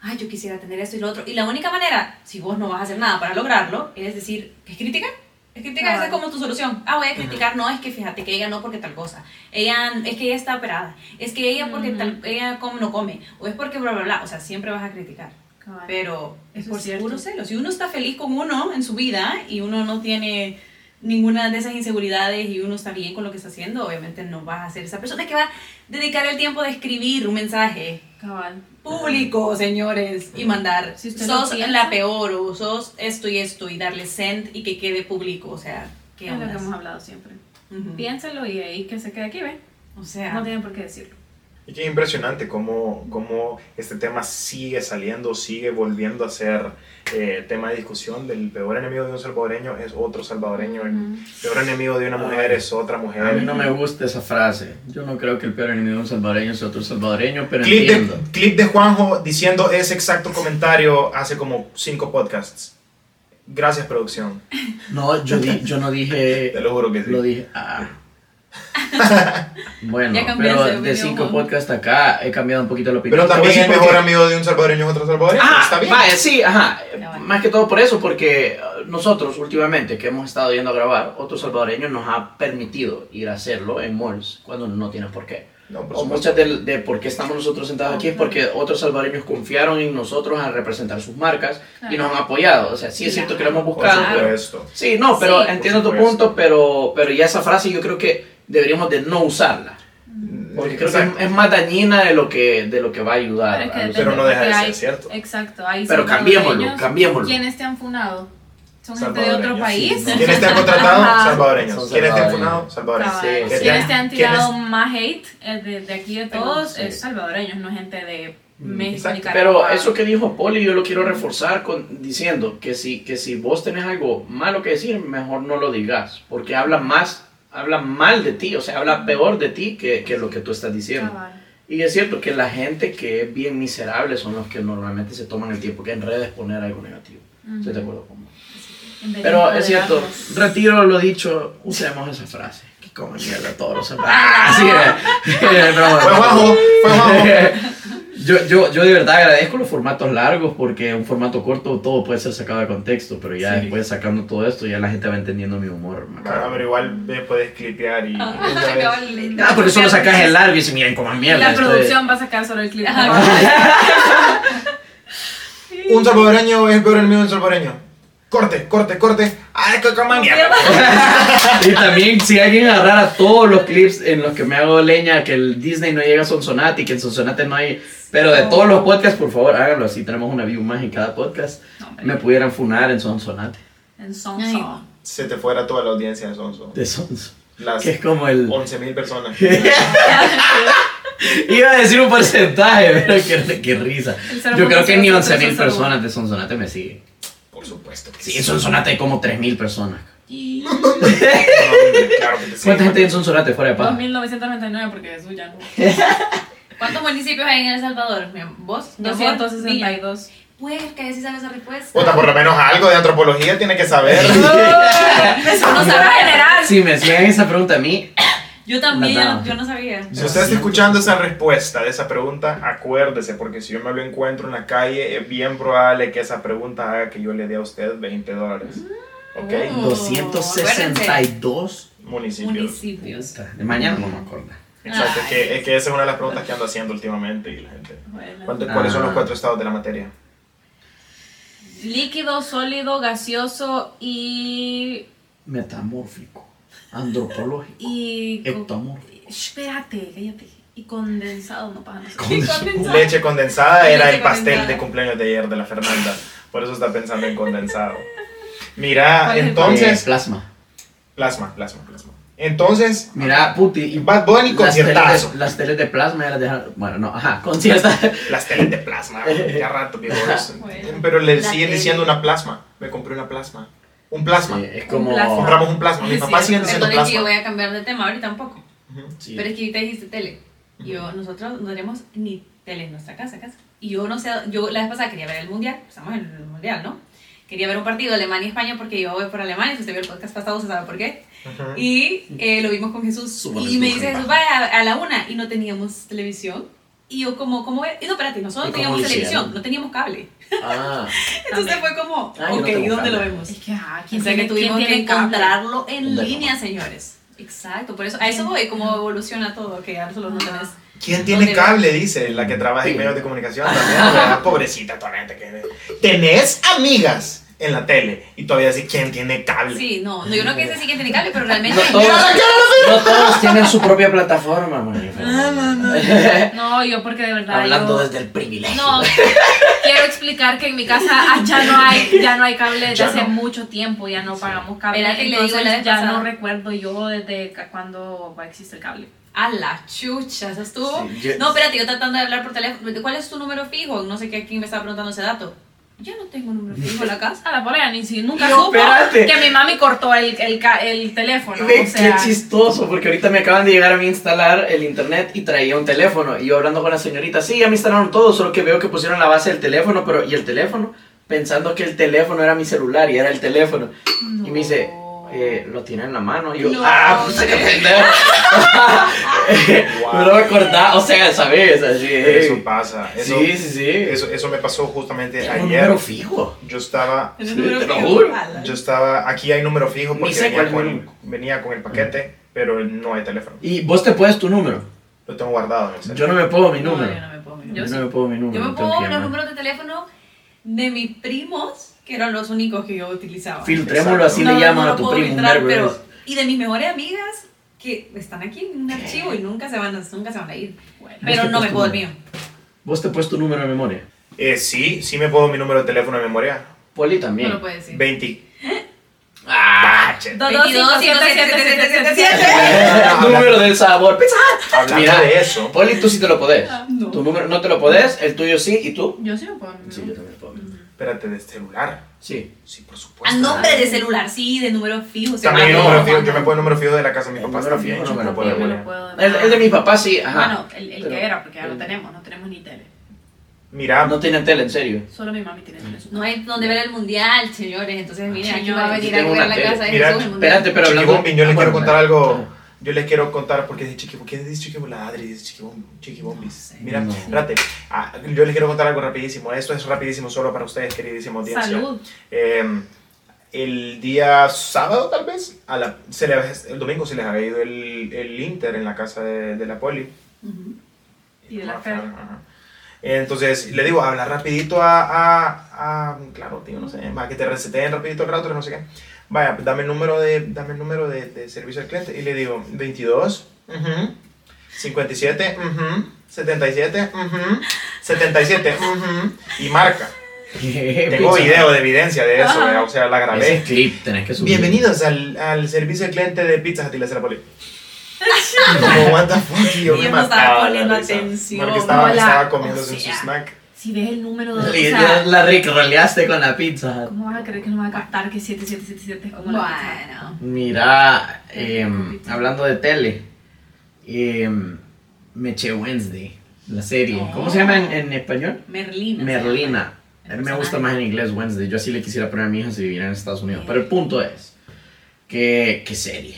S5: ay, yo quisiera tener esto y lo otro. Y la única manera, si vos no vas a hacer nada para lograrlo, es decir, es criticar. Es criticar, esa es como tu solución. Ah, voy a criticar, no, es que fíjate que ella no porque tal cosa. Ella, es que ella está operada. Es que ella porque tal, ella come- no come. O es porque bla, bla, bla. O sea, siempre vas a criticar.
S6: Cabal.
S5: Pero es
S6: Eso
S5: por
S6: es cierto.
S5: puro celos. Si uno está feliz con uno en su vida y uno no tiene ninguna de esas inseguridades y uno está bien con lo que está haciendo, obviamente no vas a ser esa persona que va a dedicar el tiempo de escribir un mensaje
S6: Cabal.
S5: público, señores, y mandar,
S6: Si usted lo
S5: sos
S6: piensa.
S5: la peor o sos esto y esto y darle send y que quede público, o sea, ¿qué
S6: Es lo que hemos
S5: onda?
S6: hablado siempre. Piénsalo y ahí que se quede aquí, ¿ve?
S5: O sea,
S6: No tienen por qué decirlo.
S3: Y qué impresionante cómo, cómo este tema sigue saliendo, sigue volviendo a ser eh, tema de discusión del peor enemigo de un salvadoreño es otro salvadoreño, el peor enemigo de una mujer es otra
S1: A mí
S3: mujer.
S1: no me gusta esa frase. Yo no creo que el peor enemigo de un salvadoreño sea otro salvadoreño, pero
S3: Clip
S1: entiendo.
S3: de, clip de Juanjo diciendo ese exacto comentario hace como cinco podcasts. Gracias producción,
S1: No, yo, di- yo no dije.
S3: te lo juro que sí.
S1: Lo dije. ah. bueno,
S5: Ya cambiaste de
S1: pero de
S5: opinión,
S1: cinco
S5: Juan.
S1: podcasts acá he cambiado un poquito la opinión.
S3: Pero
S1: Te voy a
S3: también el
S1: decir por
S3: mejor
S1: qué.
S3: amigo de un salvadoreño es otro salvadoreño. pues
S1: Ah,
S3: Está bien.
S1: vaya, sí, ajá.
S5: Ya vale.
S1: Más que todo por eso, porque eh, nosotros últimamente que hemos estado yendo a grabar, otro salvadoreño nos ha permitido ir a hacerlo en malls cuando no tienes por qué.
S3: No, por
S1: O
S3: supuesto.
S1: muchas del- de, por qué estamos nosotros sentados aquí es porque otros salvadoreños confiaron en nosotros a representar sus marcas y nos han apoyado. O sea, sí es cierto que lo hemos
S3: Por
S1: buscado. pero-
S3: supuesto.
S1: sí, no, pero
S5: Sí.
S1: entiendo tu
S3: Por supuesto.
S1: punto, pero, pero ya esa frase yo creo que deberíamos de no usarla. Porque creo que es,
S3: Eh, Exacto.
S1: es más dañina de lo que, de lo que va a ayudar.
S6: Pero es que
S1: a los-
S3: Pero no deja de
S6: porque
S3: ser
S6: hay-
S3: cierto.
S6: Exacto. Hay
S1: Pero cambiémoslo,
S6: salvadoreños.
S1: cambiémoslo.
S6: ¿Quiénes te han funado? ¿Son gente de
S3: Salvadoreños,
S6: otro
S3: sí,
S6: país?
S1: ¿no?
S3: ¿Quiénes te han contratado?
S6: Ajá.
S1: Son
S3: Salvadoreños. ¿Quiénes te han
S1: salvadoreños.
S3: funado? Salvadoreños.
S6: Cabal.
S1: Sí, sí.
S6: ¿Quiénes te han
S3: ¿Quiénes-
S6: tirado más hate eh, de, de aquí de todos?
S1: Sí.
S6: Es salvadoreños, no gente de México
S3: exacto.
S6: ni
S1: Pero
S6: Nicaragua.
S1: eso que dijo Poli yo lo quiero reforzar con, diciendo que si, que si vos tenés algo malo que decir, mejor no lo digas, porque habla más, habla mal de ti, o sea, habla peor de ti que, que lo que tú estás diciendo.
S6: Cabal.
S1: Y es cierto que la gente que es bien miserable son los que normalmente se toman el tiempo que en redes poner algo negativo.
S6: Ujú.
S1: Estoy de acuerdo con vos.
S6: En vez de
S1: Pero es cierto,
S6: empoderarnos.
S1: retiro lo dicho, usemos esa frase. Que comen mierda todos los hermanos. Así es. Pero bueno.
S3: Fue Juanjo, fue Juanjo.
S1: Yo, yo, yo de verdad agradezco los formatos largos porque un formato corto todo puede ser sacado de contexto, pero ya
S6: Sí.
S1: después sacando todo esto ya la gente va entendiendo mi humor.
S3: Bueno,
S1: macabro.
S3: pero igual me puedes clipear y.
S5: Ay, me vale.
S1: Ah, porque solo sacas el largo y se miren como mierda. este.
S6: La
S1: esto es-
S6: producción va a sacar solo el clip.
S3: Un salvadoreño es peor enemigo de un salvadoreño. Corte, corte, corte. ¡Ay, que coma mierda!
S1: Y también si alguien agarrara todos los clips en los que me hago leña, que el Disney no llega a Sonsonate y que en Sonsonate no hay... Pero de todos los podcasts, por favor, háganlo así. Tenemos una view más en cada podcast. Me pudieran funar en Sonsonate.
S6: En son
S4: Ay.
S6: son.
S3: Se te fuera toda la audiencia de Sonso.
S1: De Sons.
S3: Las
S1: Que es como el...
S3: 11.000 personas.
S1: Iba a decir un porcentaje, pero qué, qué risa.
S6: El cero
S1: Yo creo
S6: punto
S1: que
S6: cero
S1: ni
S6: cero
S1: 11 mil
S6: cero cero
S1: personas de Sonsonate me siguen.
S3: Por supuesto que
S1: Sí, en Sonsonate hay como 3 mil personas.
S3: No, Claro que te
S1: ¿Cuánta gente
S3: sí.
S1: hay en Sonsonate fuera de paja?
S6: 2999 porque es suya. ¿no?
S5: ¿cuántos municipios hay en El Salvador? Mi am- ¿Vos? mi amor, digan.
S6: 262.
S5: Pues que sí sabes esa respuesta.
S3: Puta, por lo menos algo de antropología tiene que saber.
S5: Eso no sabía.
S1: Si me hacían esa pregunta a mí,
S5: Yo también,
S1: La daba.
S5: yo no sabía.
S3: Si usted está escuchando esa respuesta de esa pregunta, acuérdese, porque si yo me lo encuentro en la calle, es bien probable que esa pregunta haga que yo le dé a usted 20 dólares. ¿Ok?
S1: Oh.
S5: Mm.
S1: 262
S3: Municipios.
S5: Municipios.
S1: De mañana no me acuerdo.
S3: Exacto, es que, es que esa es una de las preguntas que ando haciendo últimamente y la gente.
S6: Bueno.
S3: ¿Cuánto- ¿Cuáles son
S1: Ah.
S3: los cuatro estados de la materia?
S6: Líquido, sólido, gaseoso y.
S1: Metamórfico, antropológico,
S6: y con-
S1: ectomórfico.
S6: Espérate, cállate. Y condensado, no pasa nada.
S3: Leche condensada
S5: Leche
S3: era el pastel
S5: condensada.
S3: de cumpleaños de ayer de la Fernanda. Por eso está pensando en condensado. Mira,
S6: ¿Cuál es el
S1: Eh,
S3: entonces.
S1: plasma.
S3: Plasma, plasma, plasma. Entonces,
S1: Mira, puti. y-
S3: Bad Bunny
S1: las teles,
S3: conciertazo.
S1: de, las teles de plasma ya las dejaron. Bueno, no, ajá, concierta.
S3: Las teles de plasma, ya rato, viejo. es-
S6: Bueno.
S3: Pero le
S5: La
S3: siguen
S5: tele.
S3: diciendo una plasma. Me compré una plasma. Un plasma.
S1: Sí, es como.
S6: Un plasma.
S3: Compramos un plasma. Mi
S6: Es
S3: papá sigue
S6: cierto.
S3: diciendo
S5: Perdón, es que yo
S3: plasma.
S5: voy a cambiar de tema ahorita un poco.
S3: Ujú.
S1: Sí.
S5: Pero es que ahorita dijiste tele. Y yo, nosotros no tenemos ni tele en nuestra casa, casa. Y yo no sé, yo la vez pasada quería ver el mundial, pues, estamos en el mundial, ¿no? Quería ver un partido Alemania-España porque yo voy por Alemania, si usted vio el podcast pasado se sabe por qué.
S3: Ujú.
S5: Y eh, lo vimos con Jesús.
S1: Súbame
S5: y me
S1: tú,
S5: dice
S1: jefa.
S5: Jesús, vaya a, a la una. Y no teníamos televisión. Y yo como, ¿cómo ve? Y no, espérate,
S1: ¿Y
S5: nosotros
S1: cómo
S5: no teníamos
S1: lo
S5: televisión,
S1: hicieron?
S5: no teníamos cable.
S1: Ah,
S5: Entonces fue como,
S1: Ah, yo no
S5: ok,
S1: tengo
S5: ¿dónde lo
S1: cable.
S5: vemos?
S6: Es que, ah,
S5: O
S6: ¿quién
S5: sea que
S6: tiene- quién
S5: tuvimos que
S6: tiene cable?
S5: encontrarlo en
S1: Hombre,
S5: línea, señores. Exacto, por eso a eso voy, como evoluciona todo, que ya solo no tenés.
S3: ¿Quién tiene
S5: ¿Dónde?
S3: cable? Dice la que trabaja en
S1: Sí.
S3: medios de comunicación también. ¿verdad? Pobrecita toda la gente que ve. Tenés amigas en la tele y todavía decís ¿quién tiene cable?
S5: Sí, no, no, yo no quise decir que tiene cable, pero realmente.
S1: no todos, no todos tienen su propia plataforma, Marifer.
S6: No, yo porque de verdad.
S1: Hablando
S6: yo-
S1: desde el privilegio.
S6: No, quiero explicar que en mi casa ah, ya no hay, ya no hay cable desde
S3: Ya
S6: hace
S3: no.
S6: mucho tiempo, ya no pagamos cable.
S5: Espérate, le digo
S6: entonces
S5: la vez
S6: ya
S5: pasada.
S6: no recuerdo yo desde ca- cuándo va a existir el cable.
S5: A la chucha, ¿eso estuvo?
S1: Sí, yo-
S5: No, espérate, yo tratando de hablar por teléfono. ¿Cuál es tu número fijo? No sé qué, quién me estaba preguntando ese dato. Yo no tengo número fijo en la casa.
S6: A la polla, ni si nunca
S1: Yo-
S6: supo
S1: espérate.
S6: que mi mami cortó el, el, ca- el teléfono.
S1: Ve,
S6: o sea,
S1: qué chistoso, porque ahorita me acaban de llegar a mí a instalar el internet y traía un teléfono. Y yo hablando con la señorita, sí, ya me instalaron todo, solo que veo que pusieron la base del teléfono, pero ¿y el teléfono? Pensando que el teléfono era mi celular y era el teléfono. Y me dice, eh, lo tiene en la mano. Y yo,
S5: No,
S1: ah, pues qué pendejo.
S3: Wow.
S1: No me acordaba, o sea, sabes, así.
S3: Eso pasa. Eso,
S1: sí, sí, sí.
S3: Eso, eso me pasó justamente
S1: Tengo un
S3: ayer.
S1: número fijo.
S3: Yo estaba,
S5: ¿Tenés
S1: Sí,
S5: número
S1: te lo
S5: fijo?
S1: juro.
S5: A la-
S3: yo estaba, aquí hay número fijo
S1: Ni
S3: porque
S1: sé
S3: venía
S1: cuál número.
S3: con, venía con el paquete,
S1: Mm.
S3: pero no hay teléfono.
S1: Y vos te puedes tu número.
S3: Lo tengo guardado en el
S1: Yo
S3: celular.
S1: no me puedo mi
S5: No,
S1: número.
S5: yo no me puedo mi número.
S1: Yo no me puedo mi número.
S5: Yo me
S1: tengo
S5: puedo
S1: que
S5: los
S1: llamar.
S5: números de teléfono de mis primos, que eran los únicos que yo utilizaba.
S1: Filtrémoslo, así
S5: No,
S1: le
S5: no,
S1: llaman
S5: no
S1: a tu
S5: puedo
S1: primo. un
S5: filtrar,
S1: verbo
S5: pero-
S1: es.
S5: y de mis mejores amigas que están aquí en un archivo y nunca se van a, nunca se van a ir.
S6: Bueno.
S5: Pero
S1: Este
S5: no
S1: costumbre.
S5: me puedo el mío.
S1: Vos te puedes tu número de memoria.
S3: Eh, sí, sí me puedo mi número de teléfono de memoria.
S1: Poli
S5: No
S1: también.
S5: lo puedes decir.
S3: 20.
S1: Ah,
S3: Che,
S5: Dos, dos, cinco, siete, siete, siete, siete, siete.
S1: ch- número del sabor. Pizza.
S3: Hablando
S1: Mira.
S3: de eso,
S1: Poli, tú sí te lo podés.
S5: Ah, No.
S1: Tu número no te lo podés, el tuyo sí, y tú.
S6: Yo sí me puedo. ¿no?
S1: Sí, yo también puedo.
S3: espérate, de celular.
S1: Sí.
S3: Sí, por
S5: A
S3: supuesto.
S1: Ah,
S5: nombre de celular, sí, de número fijo. se
S3: También el
S5: llama.
S3: número fijo. Yo me puedo el número fijo de la casa de
S1: El
S3: mis papás
S1: número
S3: también.
S1: fijo
S3: yo
S1: no
S3: me
S1: me
S3: lo
S1: lo
S3: puedo de
S6: Yo me
S3: memoria.
S6: lo puedo
S1: El, el de mi papá sí,
S6: Bueno,
S1: ajá.
S6: el, el
S1: Pero- eh.
S6: que era, porque ya lo
S1: el-
S6: tenemos, no tenemos ni tele.
S3: Mira,
S1: No tiene tele, en serio.
S6: Solo mi mami tiene tele. en su
S5: No hay donde ver el mundial, señores. Entonces, miren, aquí va a venir a
S1: Tengo
S5: jugar
S1: una
S5: la
S1: tele.
S5: casa de
S3: Mira,
S5: Jesús el mundial.
S1: Espérate, pero hablando.
S3: Chiquibombi, yo les
S1: Ah,
S3: quiero
S1: bueno,
S3: contar
S1: dale.
S3: algo. Yo les quiero contar porque dice Chiquibombi. ¿Quién dice Chiquibombi? La Adri dice Chiquibombi. Chiquibombis. Mira,
S1: No.
S3: espérate. Ah, yo les quiero contar algo rapidísimo. Esto es rapidísimo solo para ustedes, queridísimo audiencia.
S6: Salud.
S3: Eh, el día sábado, tal vez, a la, se les- el domingo se les había ido el, el Inter en la casa de, de la Poli.
S6: Y de la
S3: Ajá,
S6: Fer.
S3: ajá. Entonces, le digo, habla rapidito a, a, a- Claro, tío, no sé, más que te reseten rapidito el router, no sé qué. Vaya, dame el número de, dame el número de, de servicio al cliente. Y le digo, 22, ujú, 57, ujú, 77, ujú, 77, ujú, y marca. Tengo
S1: Pizza.
S3: video de evidencia de eso,
S6: Ajá.
S3: ¿verdad? o sea, la grabé.
S1: Ese clip tenés que subir.
S3: Bienvenidos al, al servicio al cliente de Pizza Hut y la Cera Poli. Como, what the fuck, y yo
S5: Y
S3: me
S5: yo no estaba
S3: mataba la
S5: poniendo
S3: risa,
S5: atención,
S3: Porque estaba,
S6: hola.
S3: estaba comiéndose
S6: O sea.
S3: su snack.
S6: Si ves el número de. o
S1: Le-
S6: sea,
S1: la Rick roleaste con la pizza.
S6: ¿Cómo vas a creer que no vas a captar que 7777 es como la pizza?
S5: Bueno.
S1: Mira, em, hablando de tele, em, Meche Wednesday, la serie. ¿Cómo se llama
S6: Oh.
S1: en, en español?
S5: Merlina.
S1: Merlina. A mí me
S5: personaje.
S1: gusta más en inglés Wednesday. Yo así le quisiera poner a mi hija si viviera en Estados Unidos. Pero el punto es, que, ¿qué serie?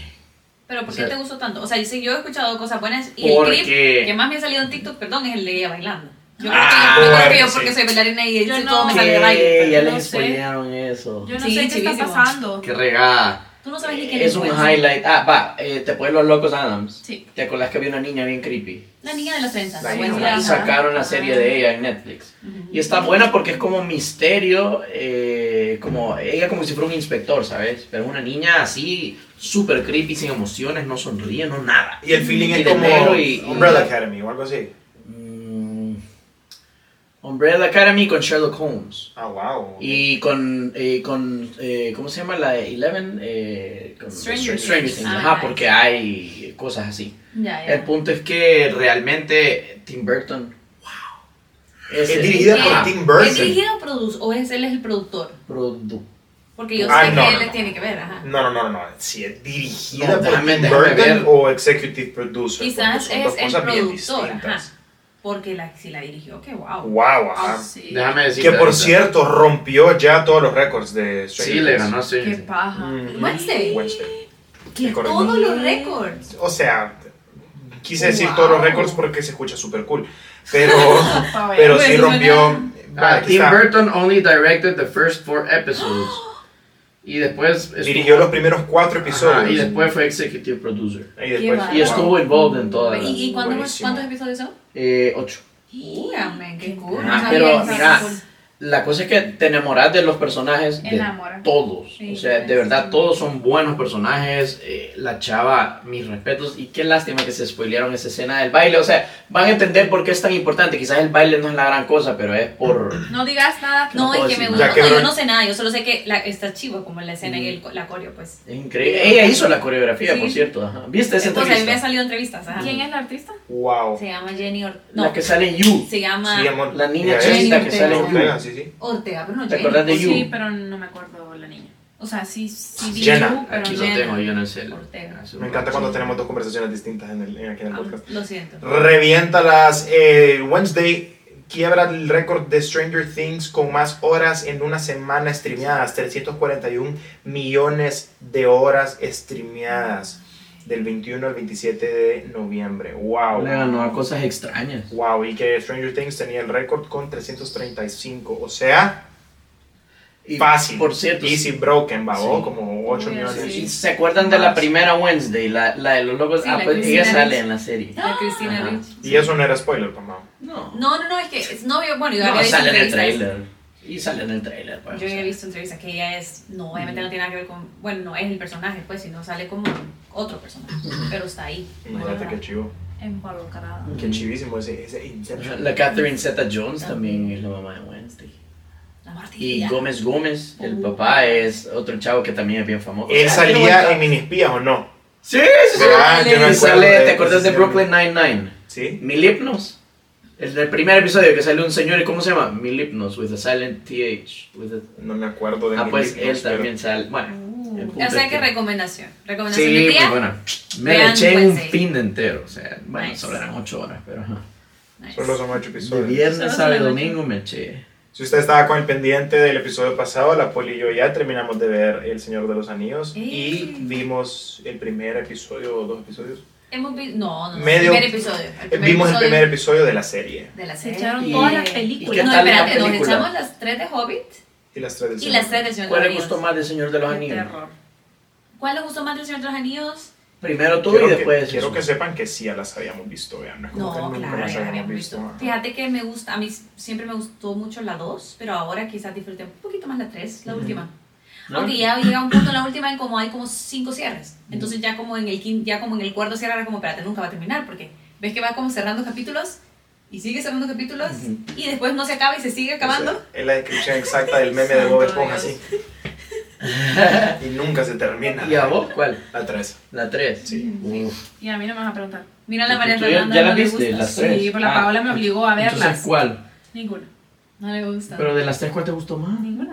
S5: Pero ¿por qué
S1: O sea-
S5: te gustó tanto? O sea, yo, sé- yo he escuchado cosas buenas y el
S1: Porque-
S5: clip que más me ha salido en TikTok, perdón, es el de ella bailando. Yo creo que
S1: Ah,
S5: yo, yo creo que yo
S3: sí.
S5: porque soy bailarina y
S6: Yo
S5: yo
S6: no.
S5: todo me sale de
S1: ¿Qué?
S5: baile.
S1: Ya
S6: no
S1: les
S6: sé.
S1: spoilearon eso.
S6: Yo no
S5: Sí,
S6: sé qué está
S5: chivísimo.
S6: pasando.
S1: Qué regada.
S5: Tú no sabes ni qué
S1: Es un highlight. Ah, va, eh, te ponen los locos Adams.
S6: Sí.
S1: ¿Te acordás que había una niña bien creepy?
S5: La niña de las trenzas.
S3: La
S5: La
S3: niña de
S5: niña
S3: las
S1: Y sacaron la serie de ella en Netflix. Y está buena porque es como misterio, eh, como ella como si fuera un inspector, ¿sabes? Pero una niña así, súper creepy, sin emociones, no sonríe, no nada.
S3: Y el feeling
S1: Y
S3: es
S1: de
S3: como
S1: negro y- y-
S3: Umbrella Academy o algo así.
S1: Mm, Umbrella Academy con Sherlock Holmes.
S3: Ah, wow.
S1: Y con, eh, con eh, ¿cómo se llama la de Eleven? Eh, con
S5: Stranger Things.
S1: Things. Ajá,
S5: Ah, nice. Ah,
S1: porque hay cosas así.
S5: Ya, ya.
S1: El punto es que realmente Tim Burton, wow.
S3: Es dirigida
S5: por
S1: ah,
S3: Tim
S5: ¿Es
S3: Burton.
S5: dirigido o produce o es él es el productor?
S1: productor.
S5: Porque yo
S3: Ah, no,
S5: sé que
S3: no,
S5: él le
S3: no.
S5: tiene que ver, ajá.
S3: No, no, no, no. Si es dirigida
S1: No,
S3: por
S1: déjame-
S3: Tim
S1: déjame
S3: Burton
S1: ver.
S3: o Executive Producer.
S5: Quizás
S3: porque son dos
S5: es el
S3: cosas bien
S5: productor, ajá.
S3: distintas.
S5: Porque la, si la dirigió, Ah, que wow.
S3: Wow, ajá.
S6: Sí.
S1: Déjame decirte.
S3: Que por
S1: ahorita.
S3: cierto rompió ya todos los récords de Stranger
S1: Sí, le
S3: Things.
S1: ganó a
S6: Qué
S1: Stranger Things.
S6: paja.
S3: Mhm.
S5: Wednesday.
S3: Wednesday.
S5: Que
S3: Récord.
S5: todos los récords.
S3: O sea, quise decir
S5: Wow.
S3: todos los récords porque se escucha súper cool. Pero,
S6: Pa' ver.
S3: pero
S5: Pues,
S3: sí
S5: eso
S3: rompió.
S5: suena-
S3: Va,
S1: Ah,
S3: aquí
S1: Tim
S3: está.
S1: Burton only directed the first four episodes. Y después. estuvo-
S3: Dirigió los primeros cuatro episodios.
S1: Ajá, y después fue executive producer.
S3: Y después-
S5: Qué
S1: Y estuvo involved en todas. las-
S5: ¿Y, y cuántos-
S3: buenísimo.
S5: cuántos episodios son?
S1: Eh, ocho.
S5: Dígame, qué
S1: Ajá,
S5: cool. no sabía
S1: Ah, pero
S5: que
S1: mira,
S5: estaba cool.
S1: la cosa es que te enamoras de los personajes de
S6: Enamora.
S1: todos.
S6: Sí,
S1: o sea, de
S6: sí.
S1: verdad todos son buenos personajes. eh, la chava, mis respetos. Y qué lástima que se spoilearon esa escena del baile. O sea, van a entender por qué es tan importante. Quizás el baile no es la gran cosa, pero es por...
S6: No digas nada.
S1: No
S5: No,
S1: puedo
S5: es que me
S1: decir
S5: gusta.
S3: nada. Ya
S5: No,
S3: quebró
S5: yo
S3: el-
S5: no sé nada, yo solo sé que la, está chiva como la escena y el, la coreo, pues.
S1: Es increíble. Ella hizo la coreografía,
S5: Sí.
S1: por cierto. ajá. ¿Viste esa
S5: Eh, Pues a mí me
S1: entrevista?
S5: han salido entrevistas. ajá.
S6: ¿Quién es la artista?
S3: Wow.
S5: Se llama Jenny Ortega.
S1: La que sale en You.
S5: se llama
S3: Sí, amor.
S1: La niña
S3: Mira,
S1: chiquita
S3: es-
S1: que sale en
S3: Ortega,
S1: You.
S3: sí, sí.
S5: Ortega, pero no
S1: ¿Te
S5: Jenny.
S1: acordás de
S6: Sí,
S1: You?
S6: pero no me acuerdo la niña. O sea, sí, sí vi
S3: Jenna.
S6: You, pero
S1: Aquí lo
S5: Jenna
S1: tengo yo en el celular.
S5: Ortega.
S3: Me encanta cuando tenemos dos conversaciones distintas en el, en- aquí en el
S5: Ah,
S3: podcast.
S5: Lo siento.
S3: Reviéntalas. Eh, Wednesday quiebra el récord de Stranger Things con más horas en una semana streameadas. 341 millones de horas streameadas. Del 21 al 27 de noviembre. ¡Wow!
S1: Le ganó a cosas extrañas.
S3: ¡Wow! Y que Stranger Things tenía el récord con 335. O sea,
S1: Y,
S3: fácil.
S1: Por cierto,
S3: Easy broken, babo.
S1: Sí.
S3: Como 8
S6: Uy,
S3: millones.
S6: así.
S1: ¿se acuerdan de la primera Wednesday? La, la de los locos.
S5: Sí,
S1: ah,
S5: la
S1: pues
S5: Cristina
S1: ella sale
S5: Ricci.
S1: en la serie.
S5: La Cristina
S1: Ajá.
S5: Rich.
S3: Y eso no era spoiler, mamá.
S1: No.
S5: No, no, no, es que es novio. Bueno, yo
S1: No,
S5: había visto
S1: sale en el
S5: entrevistas.
S1: trailer. Y sale en el trailer. pues,
S5: Yo
S1: o sea.
S5: había visto entrevistas que ella es, no, obviamente
S1: Mm.
S5: no tiene nada que ver con, bueno, no es el personaje, pues, sino sale como otro personaje, pero está ahí.
S3: Imagínate qué chivo.
S6: Involucrada.
S3: Qué chivísimo ese, ese Inception.
S1: Mm. La Catherine Zeta Jones también es la mamá de Wednesday.
S5: La
S1: Y
S5: martilla.
S1: Gómez Gómez, el
S5: Uh.
S1: papá, es otro chavo que también es bien famoso.
S3: Él
S1: Ah, qué
S3: salía
S1: bonito.
S3: en Minispías o no.
S1: Sí, sí, sí.
S3: Ah, yo me
S1: Y
S3: acuerdo
S1: sale,
S3: de-
S1: ¿Te acuerdas de
S3: sí,
S1: Brooklyn Nine-Nine?
S3: Sí.
S1: Milipnos. El del primer episodio que sale un señor, ¿y ¿cómo se llama? Milipnos, with a silent TH. with a-
S3: No me acuerdo de
S1: Ah, pues
S3: Minispías,
S1: él también sale. Bueno. el punto
S5: Mm. O
S1: es
S5: sea, que
S1: que-
S5: recomendación. Recomendación
S1: Sí,
S5: de
S1: pues
S5: tía.
S1: bueno. Me
S5: Vean
S1: le eché un
S5: Wednesday.
S1: fin entero. O sea, bueno,
S5: Nice.
S1: solo eran 8 horas, pero ajá.
S5: Nice.
S3: Solo son ocho
S1: De
S3: episodios.
S1: viernes,
S6: Solo
S1: sábado y
S6: son ocho.
S1: domingo me eché.
S3: Si usted estaba con el pendiente del episodio pasado, la Poli y yo ya terminamos de ver El Señor de los Anillos
S5: Eh.
S3: y
S5: ¡Ey!
S3: vimos el primer episodio o dos episodios.
S5: Hemos visto. No, no, no.
S3: Medio-
S5: El primer episodio. El primer
S3: vimos el
S5: episodio
S3: primer episodio de la serie
S5: De la
S6: Se
S5: serie.
S6: echaron
S1: Y-
S6: todas las
S1: ¿y qué
S6: películas.
S5: No,
S1: tal la
S5: espérate, nos
S1: película?
S5: echamos las tres de Hobbit
S3: y las tres del
S5: y
S3: Señor.
S5: las tres de Señor de
S1: ¿Cuál
S5: los
S1: le
S5: Anillos.
S1: gustó más del Señor de los
S6: Qué
S1: Anillos?
S6: terror.
S5: ¿Cuál le gustó más del Señor de los Anillos?
S1: Primero tú
S3: Quiero,
S1: y después.
S3: que, quiero que
S1: Jesús.
S3: sepan que sí ya las habíamos visto, vean. No, es como
S5: No,
S3: que nunca
S5: claro,
S3: las
S5: ya la habíamos
S3: habíamos
S5: visto.
S3: visto. ajá.
S5: Fíjate que me gusta, a mí siempre me gustó mucho la 2, pero ahora quizás disfruté un poquito más la 3, la última.
S1: ¿No?
S5: Aunque ya llega un punto en la última en como hay como cinco cierres. Entonces ya como en el quin- ya como en el cuarto cierre era como, espérate, nunca va a terminar porque ves que va como cerrando capítulos y sigue cerrando capítulos
S1: Ujú.
S5: y después no se acaba y se sigue
S3: O
S5: acabando.
S3: sea, es la descripción exacta del meme de Bob
S6: Santo
S3: Esponja,
S6: Dios.
S3: así. y nunca se termina.
S1: ¿Y a vos cuál?
S3: La tres.
S1: La 3.
S3: Sí.
S6: Y a mí no me vas a preguntar.
S5: Mira la María
S1: ¿Tú ya-
S5: Fernanda.
S1: ya la
S5: no le
S1: viste?
S5: gusta.
S1: Las
S6: Sí,
S1: tres. Ah,
S6: pero la Paola me obligó a
S1: entonces,
S6: verlas.
S1: ¿Cuál?
S6: Ninguna.
S5: No le gusta.
S1: Pero de las tres, ¿cuál te gustó más?
S6: Ninguna.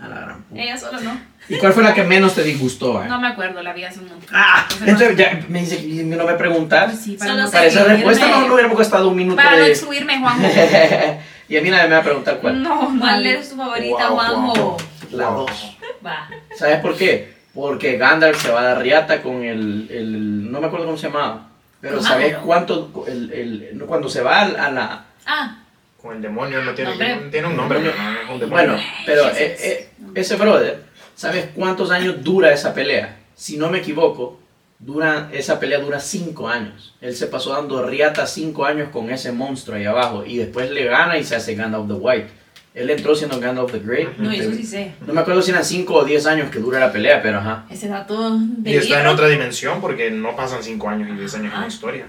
S1: A la gran puta.
S5: Ella solo no.
S1: ¿Y cuál fue la que menos te disgustó? eh?
S6: No me acuerdo, la vi hace un montón.
S1: Ah,
S6: Entonces,
S1: entonces ya me dice que no me preguntas.
S6: Pues sí, para
S5: Solo
S6: no
S1: Para esa
S5: Sí,
S1: respuesta
S6: exhibirme-
S1: no no hubiéramos gastado un minuto
S6: Para no
S1: de.
S6: exhibirme, Juanjo.
S1: y a mí nadie me va a preguntar
S5: Mm.
S1: cuál.
S6: No,
S5: ¿Cuál
S6: vale.
S5: es tu favorita,
S3: Wow,
S5: Juanjo?
S3: wow.
S1: La
S3: Wow.
S1: 2.
S5: Va.
S1: ¿Sabes por qué? Porque Gandalf se va a dar riata con el, el- No me acuerdo cómo se llamaba. Pero
S5: Ah.
S1: ¿sabes cuánto. El, el- no, cuando se va al- a la.
S5: Ah,
S3: Con el demonio no tiene,
S5: Nombre.
S3: tiene un nombre, pero no es un demonio.
S1: Bueno, pero eh, eh, ese brother, ¿sabes cuántos años dura esa pelea? Si no me equivoco, dura, esa pelea dura 5 años. Él se pasó dando riata 5 años con ese monstruo ahí abajo y después le gana y se hace Gandalf the White. Él entró siendo Gandalf the Great.
S5: no, eso sí sé.
S1: No me acuerdo si eran 5 o 10 años que dura la pelea, pero ajá.
S5: Ese dato de
S3: y está en
S5: libro.
S3: otra dimensión porque no pasan 5 años y 10 años en
S5: Ah.
S3: la historia.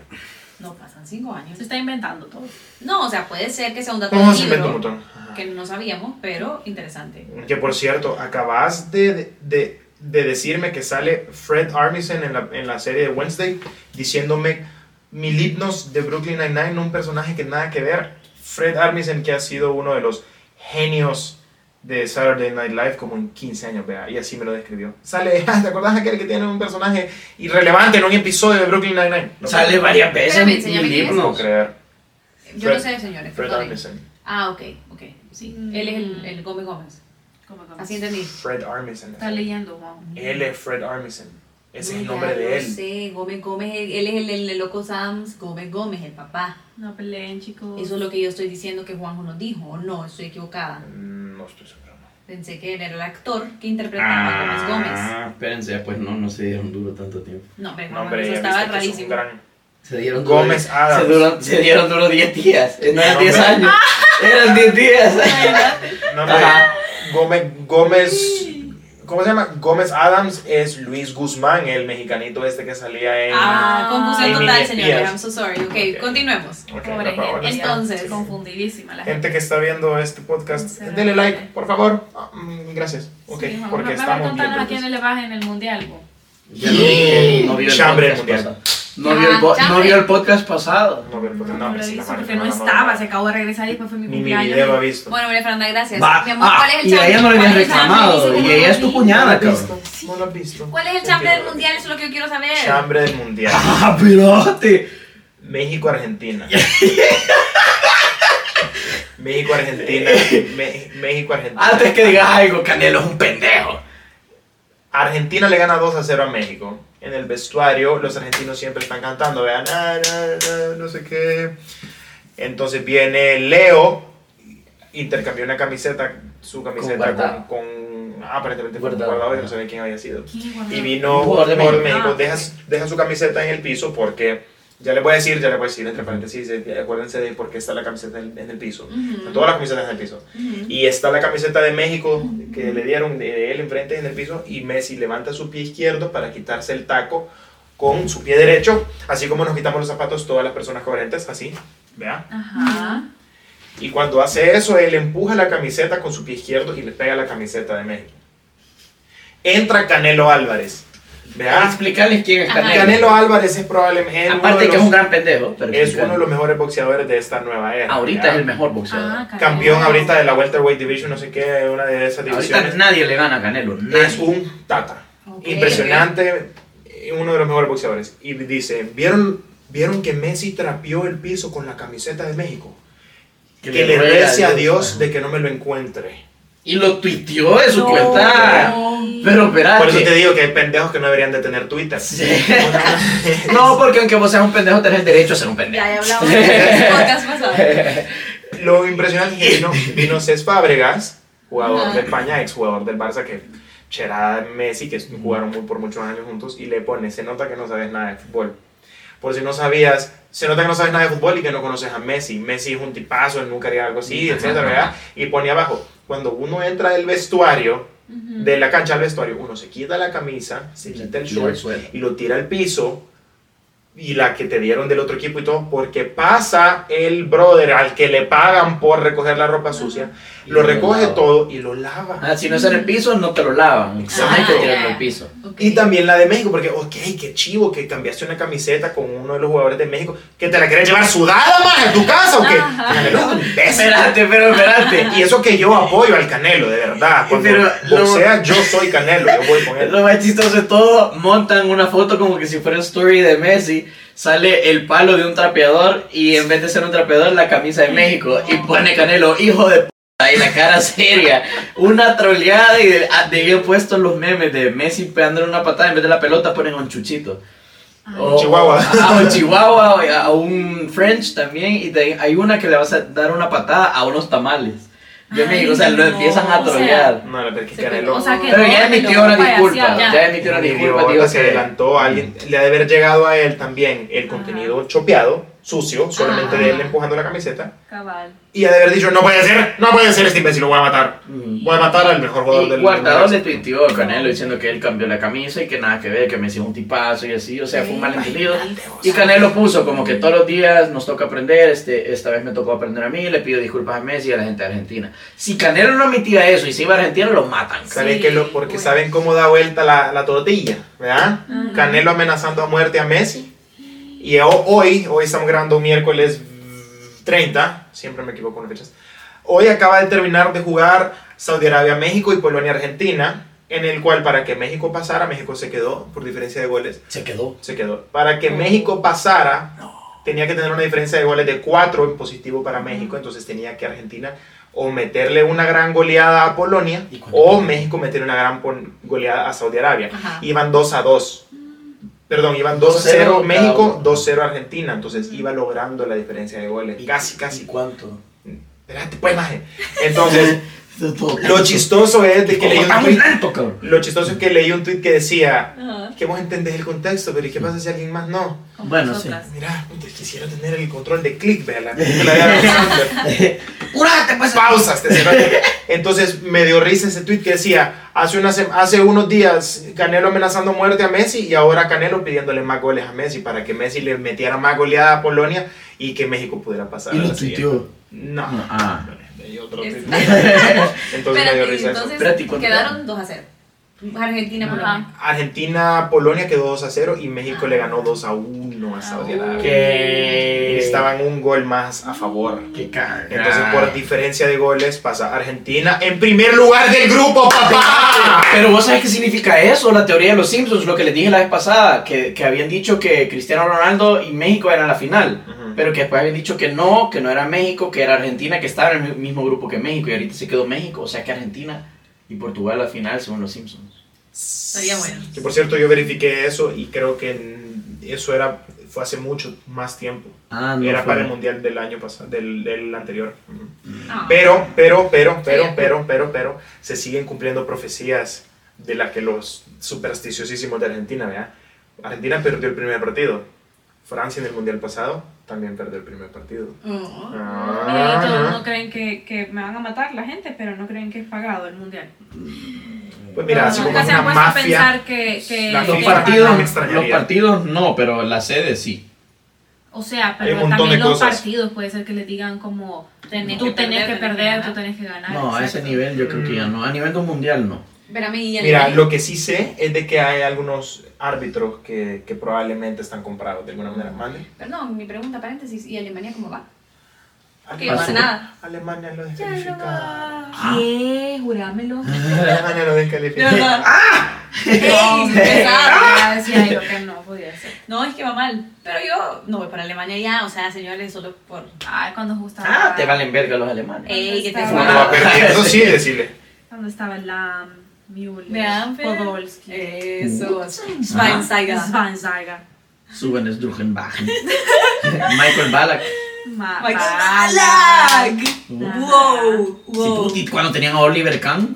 S5: No pasan cinco años.
S6: Se está inventando todo.
S5: No, o sea, puede ser que sea un dato
S3: No,
S5: de
S3: se inventó un
S5: libro
S3: montón.
S5: que no sabíamos, pero interesante.
S3: Que por cierto, acabas de, de, de decirme que sale Fred Armisen en la, en la serie de Wednesday diciéndome Milipnos de Brooklyn Nine-Nine, un personaje que nada que ver. Fred Armisen, que ha sido uno de los genios de Saturday Night Live como en 15 años, vea, y así me lo describió. Sale, ah, ¿te acordás aquel que tiene un personaje irrelevante en un episodio de Brooklyn Nine-Nine? No
S1: Sale
S3: puedo-
S1: varias veces
S5: Espérame, enséñame
S1: mil
S5: quién es.
S3: No puedo
S1: himnos.
S3: creer.
S5: Yo no
S3: Fred-
S5: sé, señores.
S3: Fred
S5: perdonen.
S3: Armisen.
S5: Ah, ok, ok. Sí. Él es el, el Gómez Gómez.
S6: ¿Cómo, cómo?
S5: Así entendí.
S3: Fred Armisen.
S6: Está leyendo, wow.
S3: Él es Fred Armisen. Ese es el
S5: Ya
S3: nombre
S5: lo
S3: de él.
S5: sé, Gómez Gómez. Él él es el, el- el loco Sams Gómez Gómez, el papá.
S6: No peleen, chicos.
S5: Eso es lo que yo estoy diciendo que Juanjo nos dijo. O no, estoy equivocada.
S3: Mm, No estoy seguro.
S5: Pensé que él era el actor que interpretaba a Gómez Gómez.
S1: Ah, espérense, pues no, no se dieron duro tanto tiempo.
S5: No, hombre,
S3: No,
S5: Juanjo,
S3: hombre,
S5: eso
S3: ya
S5: estaba
S3: viste que es un
S5: rarísimo.
S3: gran...
S1: Se dieron
S3: Gómez
S1: duro,
S3: Adams.
S1: Se, duró- se dieron duro 10 días. eh, No eran
S3: No,
S1: 10
S3: hombre.
S1: años. Eran 10 días.
S3: No, hombre,
S1: Ajá.
S3: Gómez, Gómez, ¿cómo se llama? Gómez Adams es Luis Guzmán, el mexicanito este que salía en...
S5: Ah, confusión
S3: Ay,
S5: total,
S3: mini
S5: señores.
S3: espías.
S5: I'm so sorry.
S3: Ok.
S5: Ok, continuemos.
S3: Ok,
S6: Pobre
S3: no, pero
S6: gente.
S3: bueno.
S5: Entonces-
S6: Sí. confundidísima la gente.
S3: Gente que está viendo este podcast,
S6: Será.
S3: denle like, por favor. Ah, mm, gracias. Ok,
S6: Sí, no,
S3: porque
S6: no,
S3: estamos
S6: contanos a
S3: viendo.
S6: quiénes le vas en el mundial, vos.
S1: Ya lo dije, no vio el
S3: Chambre
S1: podcast
S3: mundial.
S1: pasado. No vio el po-
S5: Ah,
S1: no vio el podcast pasado.
S3: No, pero porque
S6: No,
S3: no,
S6: lo
S3: pues,
S6: he
S3: sí, la
S6: visto
S3: madre,
S6: porque no
S3: no,
S6: estaba,
S3: no.
S6: se acabó de regresar y después fue mi
S3: Ni mi
S6: cumpleaños.
S3: video lo ha visto.
S5: Bueno, María Fernanda, gracias.
S1: Va.
S5: Mi amor, ¿cuál es
S1: Ah,
S5: el
S1: y a
S5: chambre?
S1: ella no le
S5: ¿Cuál
S1: habías
S5: es el chambre?
S1: reclamado.
S5: Dice que
S1: Y
S5: no
S1: ella
S5: lo
S1: es tu
S5: vi.
S1: cuñada,
S3: ¿No lo has
S1: cabrón.
S3: visto? No lo has visto.
S5: ¿Cuál es el
S3: Ok,
S5: chambre del
S3: no.
S5: mundial? Eso es lo que yo quiero saber.
S3: Chambre del mundial.
S1: ¡Ah, pilote!
S3: México-Argentina. México-Argentina. Me- México-Argentina.
S1: Eh. Antes que digas algo, Canelo es un pendejo.
S3: Argentina le gana 2 a 0 a México. En el vestuario, los argentinos siempre están cantando, vean, "Ah, na, na", no sé qué. Entonces viene Leo, intercambió una camiseta, su camiseta con,
S1: Guardado.
S3: con- ah, aparentemente fue con
S1: Guardado.
S3: guardado, yo no sabía quién había sido.
S6: ¿Quién guardó?
S3: Y vino
S1: Un jugador de
S3: por
S1: México.
S3: México,
S6: Ah,
S3: deja,
S6: ok.
S3: deja su camiseta en el piso porque, ya les voy a decir, ya les voy a decir, entre paréntesis, eh, acuérdense de por qué está la camiseta en, en el piso.
S5: Ujú.
S3: Todas las camisetas en el piso.
S5: Ujú.
S3: Y está la camiseta de México que le dieron de él enfrente en el piso y Messi levanta su pie izquierdo para quitarse el taco con su pie derecho, así como nos quitamos los zapatos todas las personas coherentes, así, vea.
S6: Ajá.
S3: Y cuando hace eso, él empuja la camiseta con su pie izquierdo y le pega la camiseta de México. Entra Canelo Álvarez,
S1: Para
S3: vea.
S1: explicarles quién es
S5: Ajá.
S1: Canelo.
S3: Canelo Álvarez es probablemente uno
S1: Aparte
S3: de
S1: que es
S3: los-
S1: un gran pendejo, pero
S3: es uno de los mejores boxeadores de esta nueva era.
S1: ahorita
S3: ¿vea?
S1: es el mejor boxeador.
S6: Ah, carajo.
S3: Campeón ahorita de la welterweight division, no sé qué, una de esas divisiones.
S1: ahorita nadie le gana a Canelo. nadie.
S3: es un tata.
S5: Ok.
S3: Impresionante, uno de los mejores boxeadores. Y dice, ¿vieron, ¿vieron que Messi trapeó el piso con la camiseta de México? Que, le
S1: ruegue
S3: rece a Dios de que no me lo encuentre.
S1: Y lo tuiteó de su cuenta. Pero espera.
S3: Por eso te digo que hay pendejos que no deberían de tener Twitter.
S1: no, porque aunque vos seas un pendejo, tenés el derecho a ser un pendejo.
S5: Ya, ya hablamos del este podcast pasado.
S3: Lo impresionante es que vino, vino Cés Fábregas, jugador
S5: Ajá.
S3: de España, ex jugador del Barça, que Cherada Messi, que jugaron muy- por muchos años juntos, y le pone, se nota que no sabes nada de fútbol. Por si no sabías, se nota que no sabes nada de fútbol y que no conoces a Messi. Messi es un tipazo, él nunca haría algo así,
S1: Ajá.
S3: etcétera, ¿verdad? Y pone abajo, cuando uno entra del vestuario,
S6: Ujú.
S3: de la cancha al vestuario, uno se quita la camisa, se quita el
S1: Tira el
S3: short
S1: suelo.
S3: y lo tira al piso y la que te dieron del otro equipo y todo, porque pasa el brother al que le pagan por recoger la ropa sucia,
S1: Y
S3: lo
S1: lo
S3: recoge
S1: lava.
S3: todo y lo lava.
S1: Ah, si no es en el piso, no te lo lavan.
S3: Exacto.
S1: Hay que tirarlo al piso.
S5: Ok.
S3: Y también la de México, porque, ok, qué chivo que cambiaste una camiseta con uno de los jugadores de México, que te la quieres llevar sudada más en tu casa o qué. Canelo es un imbécil.
S1: Espérate, pero espérate.
S3: Y eso que yo apoyo al Canelo, de verdad. Cuando
S1: Pero lo-
S3: boxea, yo soy Canelo, yo voy con él.
S1: Lo más chistoso de todo, montan una foto como que si fuera un story de Messi, sale el palo de un trapeador y en vez de ser un trapeador, la camisa de México y pone Canelo, hijo de puta, y la cara seria, una troleada y de, ah, de bien puestos los memes de Messi pegándole una patada, en vez de la pelota ponen a un chuchito.
S6: Ah.
S1: O-
S3: Chihuahua.
S1: A, a un chihuahua, o a un French también, y de- hay una que le vas a dar una patada a unos tamales. Yo me
S6: Ay,
S1: digo, o sea, lo
S6: no.
S1: empiezan a
S6: O sea,
S1: trolear.
S3: No, pero es que
S5: Se
S3: Canelo.
S6: O sea que
S1: Pero
S6: no,
S1: ya
S6: que
S1: emitió
S6: no,
S1: una
S6: vaya,
S1: disculpa.
S6: sí,
S1: Ya,
S6: ya.
S1: emitió una
S3: Un
S1: disculpa,
S3: idiota
S1: digo
S3: se
S1: que-
S3: adelantó a alguien. Le ha de haber llegado a él también el contenido chopeado, sucio, solamente de él empujando la camiseta.
S6: Cabal.
S3: Y ha de haber dicho, no puede ser, no puede ser este imbécil, lo voy a matar.
S1: Ujú.
S3: Voy a matar al mejor jugador
S1: Y
S3: del
S1: Guardado le
S3: universo".
S1: tuiteó a Canelo diciendo que él cambió la camisa y que nada que ver, que me hacía un tipazo y así, o sea, fue un malentendido. Y Canelo puso como que todos los días nos toca aprender, este, esta vez me tocó aprender a mí, le pido disculpas a Messi y a la gente de Argentina. Si Canelo no admitía eso y se iba a Argentina, lo matan.
S3: ¿Saben
S5: Sí,
S3: qué lo- porque
S5: bueno.
S3: saben cómo da vuelta la, la tortilla, ¿verdad? Canelo amenazando a muerte a Messi. Y ho- hoy, hoy estamos grabando miércoles 30, siempre me equivoco con las fechas. Hoy acaba de terminar de jugar Saudi Arabia, México y Polonia, Argentina, en el cual para que México pasara, México se quedó por diferencia de goles,
S7: Se quedó.
S3: se quedó. Para que México pasara, tenía que tener una diferencia de goles de 4 en positivo para México, entonces tenía que Argentina o meterle una gran goleada a Polonia
S7: ¿Y cuánto
S3: o
S7: fue?
S3: México meterle una gran pon- goleada a Saudi Arabia.
S5: Ajá.
S3: Iban 2 a 2. Perdón, iban
S7: 2-0
S3: 2-0
S7: cada
S3: México,
S7: uno.
S3: 2-0 Argentina, entonces iba logrando la diferencia de goles.
S7: ¿Y-
S3: Casi,
S7: ¿Y
S3: casi.
S7: cuánto?
S3: Espérate, pues, maje. Entonces,
S7: Eso es todo.
S3: lo chistoso es de que leí un
S1: muy
S3: tweet,
S1: lento, cabrón.
S3: lo chistoso es que leí un tweet que decía
S5: Ajá.
S3: que vos entendés el contexto, pero ¿y qué pasa si alguien más no?
S6: Como
S1: Bueno,
S6: nosotras.
S3: Mira, puta, quisiera tener el control de click, vea la película de Adam Sandler. ¡Curate, pues! Pausas, te cerote. Entonces me dio risa ese tweet que decía: hace, una sem- hace unos días Canelo amenazando muerte a Messi y ahora Canelo pidiéndole más goles a Messi para que Messi le metiera más goleada a Polonia y que México pudiera pasar.
S7: Y
S3: a la
S7: lo
S3: siguiente.
S7: tuiteó.
S3: No,
S1: Ah.
S3: leí otro
S5: Es-
S3: tweet. Entonces me dio
S5: Este. Espérate,
S3: risa eso.
S5: entonces
S1: Espérate, ¿cuánto?
S5: quedaron 2 a 0. Argentina,
S6: Ajá.
S5: Polonia.
S3: Argentina, Polonia quedó 2 a 0 y México le ganó 2 a 1 a Saudi
S5: Ah,
S3: Arabia.
S1: Que.
S3: Estaban un gol más a favor.
S1: Qué cagada.
S3: Entonces,
S1: Ah,
S3: por diferencia de goles, pasa Argentina en primer lugar del grupo, papá.
S1: Pero vos sabés qué significa eso, la teoría de los Simpsons, lo que les dije la vez pasada, que, que habían dicho que Cristiano Ronaldo y México eran la final,
S3: Ujú.
S1: pero que después habían dicho que no, que no era México, que era Argentina, que estaba en el mi- mismo grupo que México y ahorita se quedó México, o sea que Argentina y Portugal la final según los Simpsons.
S6: Estaría bueno.
S3: Que por cierto, yo verifiqué eso y creo que mm, eso era fue hace mucho más tiempo.
S1: Ah,
S3: Era para el mundial del año pasado, del, del anterior. Ujú.
S5: Ah.
S3: Pero, pero, pero, pero,
S5: Sí.
S3: pero, pero, pero, se siguen cumpliendo profecías de las que los supersticiosísimos de Argentina, ¿verdad? Argentina perdió el primer partido. Francia en el mundial pasado también perdió el primer partido.
S5: Oh.
S6: Y el otro,
S3: Ah,
S6: no creen que, que me van a matar la gente, pero no creen que es pagado el mundial.
S3: Pues mira,
S6: No,
S3: así como
S6: nunca
S3: es
S6: se han
S3: una
S6: puesto a
S3: mafia.
S6: pensar que, que
S3: La
S6: que
S1: Eh, Los
S3: FIFA partido. me
S6: pagan.
S1: partidos, los
S3: extrañaría.
S1: partidos no, pero la sede sí.
S6: O sea,
S3: Hay
S6: pero
S3: un montón
S6: también
S3: de
S6: los
S3: cosas.
S6: partidos puede ser que les digan como
S5: Tenés
S6: tú
S5: que
S6: tenés que
S5: perder, tenés que
S6: perder,
S5: ganar.
S6: tú tenés que ganar.
S1: No, a ese
S6: exacto.
S1: nivel yo creo que ya no, a nivel de un mundial no.
S5: Espérame, y el
S3: Mira,
S5: nivel.
S3: lo que sí sé es de que hay algunos árbitros que, que probablemente están comprados de alguna manera. ¿Mande?
S5: Perdón, mi pregunta, paréntesis, ¿y Alemania cómo va? Que
S1: Pasó.
S5: pasa nada.
S3: Alemania lo
S5: Ya no
S3: descalificaron.
S5: va.
S1: Ah.
S6: ¿Qué? Jurámelo.
S3: Alemania lo Ah,
S5: De
S3: descalificaron.
S5: verdad. ¡Ey! pesado.
S6: Ya decía yo que no podía ser.
S5: No, es que va mal. Pero yo no voy para Alemania ya, o sea, señores, solo por.
S6: Ay, cuando gustaba.
S1: Ah, te valen verga los alemanes.
S5: ¡Ey, que te
S6: está?
S3: Cuando Ah, va
S5: jodas.
S3: perdiendo, sí, decirle.
S6: Cuando estaba la mm, Müller,
S5: Vean, pero-
S6: Podolski,
S5: Eso. Schweinsteiger.
S6: Schweinsteiger,
S1: Suben es Michael Ballack.
S6: Ma-
S5: Mike
S6: Ballack.
S5: Ballack.
S1: Wow.
S5: Wow, wow.
S1: Sí, puti, cuando tenían a Oliver Kahn.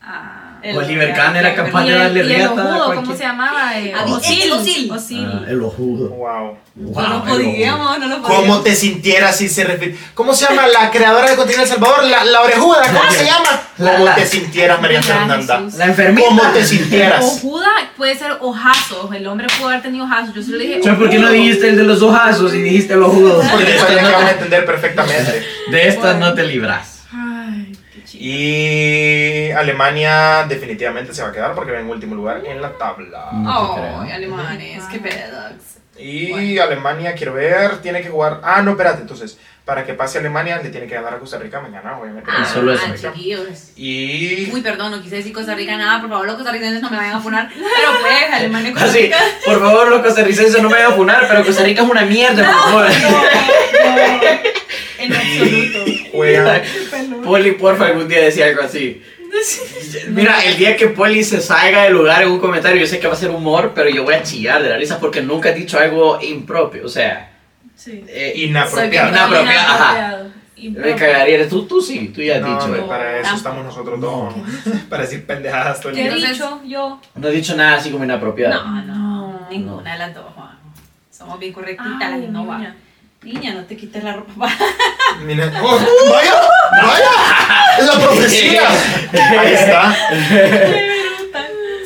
S6: Ah.
S5: El-
S1: Oliver Kahn era capaz
S6: Y
S1: de darle
S6: el, y el
S1: riata a
S6: ojudo, ¿cómo
S1: cualquier-
S6: se llamaba? Eh,
S5: Ah,
S6: Osil.
S5: el Osil.
S6: Osil.
S1: Ah, el ojudo.
S3: Wow.
S5: No lo podíamos, no lo podíamos.
S3: ¿Cómo te sintieras si se refiere? ¿Cómo se llama la creadora de Continente El Salvador? La, la orejuda, ¿cómo se llama?
S1: La-
S3: ¿Cómo
S1: la-
S3: te sintieras, María
S6: Ya,
S3: Fernanda?
S6: Jesús.
S1: La enfermita.
S3: ¿Cómo te
S1: Ah,
S3: sintieras?
S6: Ojuda puede ser ojazo. El hombre pudo haber tenido ojazo. Yo solo dije.
S1: ¿Sabes por qué no
S6: ojudo.
S1: dijiste el de los ojazos y dijiste el ojudo?
S3: Porque eso lo acabas de entender perfectamente.
S1: De estas no te libras.
S6: Ay, qué chido.
S3: Y Alemania definitivamente se va a quedar porque va en último lugar en la tabla.
S1: No
S5: Oh,
S1: te creo.
S5: alemanes, qué pedos.
S3: Y Alemania, quiero ver, tiene que jugar. Ah, no, espérate, entonces, para que pase Alemania le tiene que ganar a Costa Rica mañana, obviamente.
S1: Y solo eso.
S5: Ah, chiquillos.
S3: Y
S5: Uy, perdón, no quise decir Costa Rica nada, por favor, los costarricenses no me vayan a funar. Pero pues, Alemania y Costa
S1: Así,
S5: Rica.
S1: por favor, los costarricenses no me vayan a funar, pero Costa Rica es una mierda, por favor.
S5: En absoluto.
S3: juegan
S1: Poli, porfa, algún día decía algo así. Mira, el día que Poli se salga del lugar en un comentario, yo sé que va a ser humor, pero yo voy a chillar de la risa porque nunca has dicho algo impropio. O sea,
S6: Sí.
S1: eh,
S3: inapropiados.
S1: Soy bien inapropiado. ajá.
S6: Inapropiado.
S1: me
S6: Impropio.
S1: cagaría. Tú, tú sí, tú ya has
S3: No, hombre,
S1: dicho. eh.
S3: para eso
S5: Tampoco.
S3: estamos nosotros dos. Para decir pendejadas todo el
S6: ¿Qué he
S3: día.
S5: Entonces-
S6: dicho yo?
S1: No he dicho nada así como inapropiado.
S5: No, no,
S6: No.
S5: ninguna de las dos, Juan. Somos bien correctitas,
S6: Ay,
S5: las no va.
S6: niña.
S5: Niña, no te quites la ropa.
S3: Mira, ¡oh! ¡Vaya! ¡Vaya! ¡Es la profecía! Ahí está.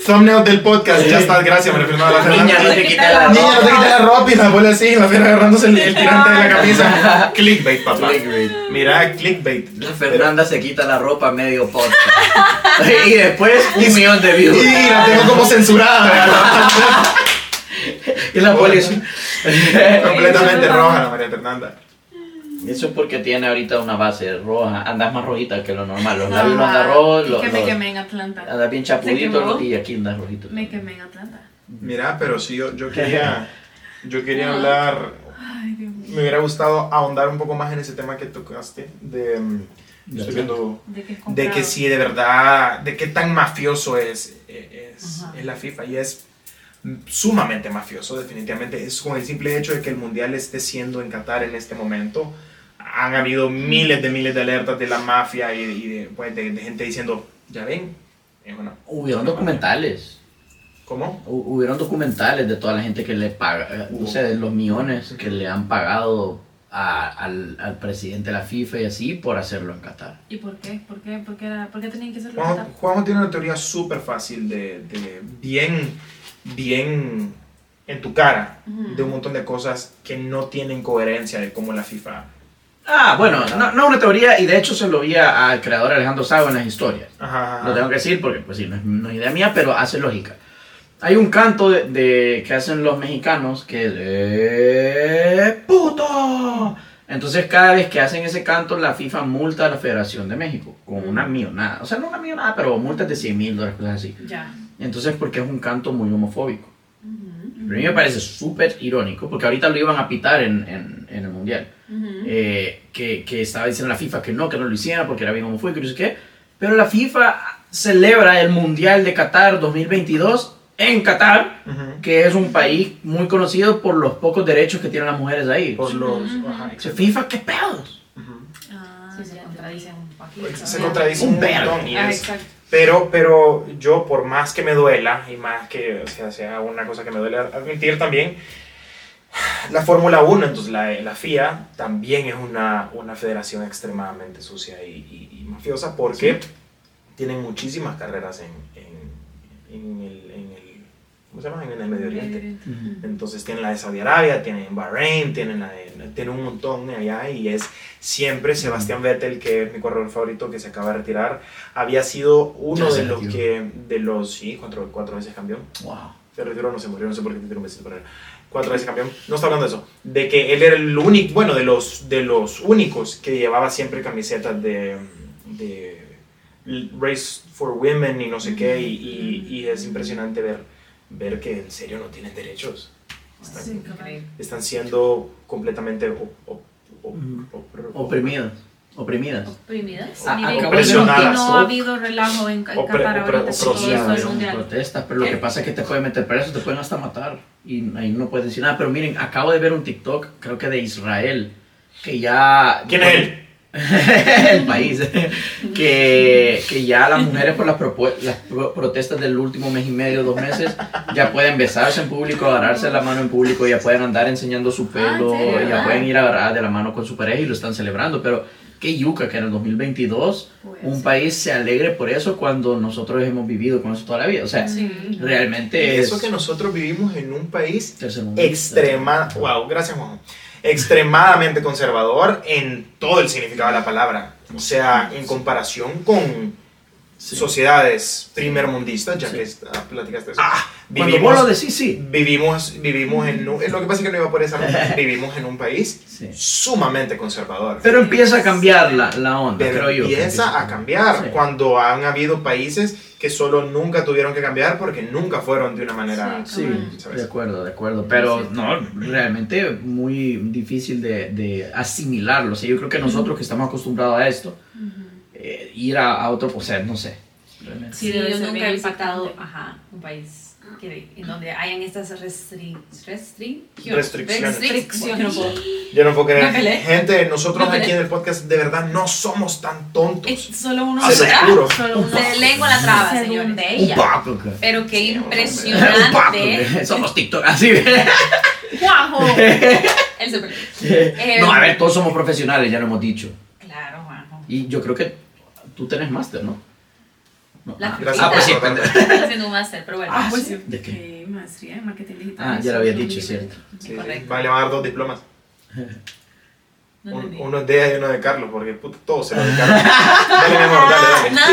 S3: Thumbnail del podcast. Ya está, gracias, María Fernanda. La
S1: Niña, no
S3: Fernanda.
S1: te quites la
S3: Niña, no te
S1: ropa.
S3: quites la ropa y la abuela así, la fiera agarrándose el, el tirante de la camisa. Clickbait, papá.
S1: Clickbait.
S3: Mira, clickbait.
S1: La Fernanda se quita la ropa medio podcast. y después un millón de views.
S3: Y la tengo como censurada, ¿verdad?
S1: Y la policía.
S3: completamente roja la María Fernanda.
S1: Eso porque tiene ahorita una base roja. Andas más rojita que lo normal. Los
S6: No,
S1: labios no andan rojos.
S6: es
S1: los-
S6: Ah, que me
S1: los-
S6: quemé en Atlanta.
S1: Andas bien chapudito
S6: quemó.
S1: los- y aquí andas rojito.
S6: Me quemé en Atlanta.
S3: Mira, pero sí, yo, yo quería, yo quería hablar,
S6: Ay, Dios mío.
S3: me hubiera gustado ahondar un poco más en ese tema que tocaste de, mm,
S1: De
S3: estoy
S1: Atlanta.
S3: viendo,
S6: De que, es
S3: de
S6: comprado.
S3: que si de verdad, de qué tan mafioso es, eh, es,
S5: Ajá.
S3: es la FIFA y es sumamente mafioso, definitivamente. Es con el simple hecho de que el Mundial esté siendo en Qatar en este momento. Han habido miles de miles de alertas de la mafia y, y de, pues, de- de gente diciendo, ya ven, es una...
S1: Hubieron documentales.
S3: ¿Cómo?
S1: Hu- Hubieron documentales de toda la gente que le paga,
S3: Hubo.
S1: o sea, de los millones que le han pagado a- al, al presidente de la FIFA y así por hacerlo en Qatar.
S6: ¿Y por qué? ¿Por qué, por qué, era- por qué tenían que hacerlo en
S3: Juanjo,
S6: Atlanta?
S3: Juanjo tiene una teoría súper fácil de, de bien, bien en tu cara de un montón de cosas que no tienen coherencia de cómo la FIFA...
S1: Ah, bueno, no, no una teoría, y de hecho se lo vi a- al creador Alejandro Sago en las historias.
S3: Ajá,
S1: Lo tengo que decir porque, pues sí, no es, no es idea mía, pero hace lógica. Hay un canto de, de- que hacen los mexicanos que es "Eh, puto. Entonces cada vez que hacen ese canto, la FIFA multa a la Federación de México con una millonada. O sea, no una millonada, pero multas de 100 mil dólares, cosas así.
S5: Ya.
S1: Entonces, porque es un canto muy homofóbico. Pero a mí me parece súper irónico, porque ahorita lo iban a pitar en, en- en el Mundial. Eh, que, que estaba diciendo la FIFA que no, que no lo hiciera porque era bien homofóbico y no sé qué. Pero la FIFA celebra el Mundial de Qatar 2022 en Qatar,
S3: Ujú.
S1: que es un país muy conocido por los pocos derechos que tienen las mujeres ahí.
S3: Por los... Ajá,
S1: Entonces,
S3: exacto.
S1: FIFA, qué pedos.
S3: Ujú.
S6: Ah,
S5: Sí, se
S6: ya
S5: contradicen un poquito.
S3: Pues, Se
S5: ¿verdad?
S3: contradice
S1: Un
S3: un
S1: verbo.
S3: montón y
S5: Ah,
S3: es-
S5: exacto.
S3: Pero, pero yo, por más que me duela, y más que o sea, sea una cosa que me duele admitir también, la Fórmula 1, entonces la, la FIA, también es una, una federación extremadamente sucia y, y- y mafiosa porque tienen muchísimas carreras en, en, en el, en el- ¿cómo se llama? En el Medio Oriente. Entonces tienen la de Saudi Arabia, tienen Bahrein, tienen, la de- tienen un montón allá y es siempre Sebastián Vettel, que es mi corredor favorito que se acaba de retirar, había sido uno
S1: Ya se
S3: de los
S1: retiró.
S3: que, de los, sí, cuatro, cuatro veces campeón.
S1: Wow.
S3: Se retiró, no se murió, no sé por qué tendría un besito para él. Cuatro veces campeón. No está hablando de eso. De que él era el único, bueno, de los, de los únicos que llevaba siempre camisetas de, de Race for Women y no sé qué. Y, y- y es impresionante ver, ver que en serio no tienen derechos. Están,
S6: Sí,
S5: Increíble.
S3: están siendo completamente op- op- op- op-
S1: Oprimidos. Oprimidas.
S5: Oprimidas.
S1: Ah,
S6: Miren,
S1: ah,
S3: presionadas.
S6: No ha habido relajo en, en
S3: O pre-
S6: Qatar
S3: o pre-
S6: ahorita
S3: o
S6: con
S3: Sí,
S6: todo
S3: procesadas.
S6: el
S1: son
S6: mundial.
S1: protestas, pero lo que pasa es que te pueden meter preso, te pueden hasta matar y ahí no puedes decir nada. Pero miren, acabo de ver un TikTok, creo que de Israel, que ya...
S3: ¿Quién es él?
S1: el país. que, que ya las mujeres por las, propu- las pro- protestas del último mes y medio, dos meses, ya pueden besarse en público, agarrarse la mano en público, ya pueden andar enseñando su pelo,
S6: Ah, ¿en serio?
S1: ya pueden ir agarradas de la mano con su pareja y lo están celebrando, pero... Qué yuca que en el 2022
S6: Pues,
S1: un
S6: sí.
S1: país se alegre por eso cuando nosotros hemos vivido con eso toda la vida. O sea,
S6: Sí.
S1: realmente es
S3: Eso que nosotros vivimos en un país
S1: tercer mundo.
S3: extrema, wow, gracias Juan. Extremadamente conservador en todo el significado de la palabra. O sea, en comparación con
S1: Sí.
S3: sociedades primermundistas, ya
S1: Sí.
S3: que ah, platicaste eso.
S1: Ah, cuando vos lo
S3: vivimos,
S1: decís, sí.
S3: vivimos, vivimos en un, lo que pasa es que no iba por esa ruta, vivimos en un país
S1: Sí.
S3: sumamente conservador.
S1: Pero empieza a cambiar la, la onda,
S3: Pero
S1: creo yo. que
S3: empieza a cambiar
S1: Sí.
S3: cuando han habido países que solo nunca tuvieron que cambiar porque nunca fueron de una manera...
S6: Sí,
S1: Sí,
S3: ¿sabes?
S1: de acuerdo, de acuerdo. Pero no, realmente muy difícil de, de asimilarlo. O sea, yo creo que nosotros que estamos acostumbrados a esto, eh, ir a, a otro, o sea, no sé. realmente.
S5: Sí,
S6: Sí, debe
S5: yo
S6: ser
S5: nunca
S6: bien
S5: he impactado
S6: excitante.
S5: ajá, un país que, en donde hayan estas restri- restri-
S3: Restricciones.
S5: restricciones. Yo no puedo.
S3: Yo no puedo creer.
S5: Me peleé.
S3: Gente, nosotros
S5: Me peleé.
S3: aquí en el podcast de verdad no somos tan tontos.
S5: Es solo uno
S3: Se
S5: se,
S3: lo juro.
S6: Solo uno-
S5: se lengua la traba,
S6: Según
S5: señores.
S6: de
S1: Un
S6: ella.
S1: papo, que-
S5: Pero qué
S3: Sí,
S1: un papo,
S5: impresionante.
S1: que- somos TikTok, así.
S6: ¡Guajo!
S5: El super. Eh,
S1: no, a ver, todos somos profesionales, ya lo hemos dicho.
S5: Claro, Juanjo.
S1: Y yo creo que tú tenés máster, ¿no? No,
S5: La
S1: ah,
S3: Gracias
S1: ah, pues sí,
S3: por
S1: pendejo.
S3: recordar.
S5: Estoy haciendo un máster, pero bueno.
S6: Ah, pues
S1: sí.
S6: sí.
S1: ¿De qué?
S6: Eh, maestría en marketing digital.
S1: Ah, ya lo había dicho, cierto.
S3: Sí, sí.
S5: Correcto.
S3: Vale, le van a dar dos diplomas.
S5: No
S3: Un-
S5: entendí.
S3: uno es de ella y uno de Carlos, porque puto, todo se lo de Carlos. Dale, mi amor, dale, dale.
S5: Nada,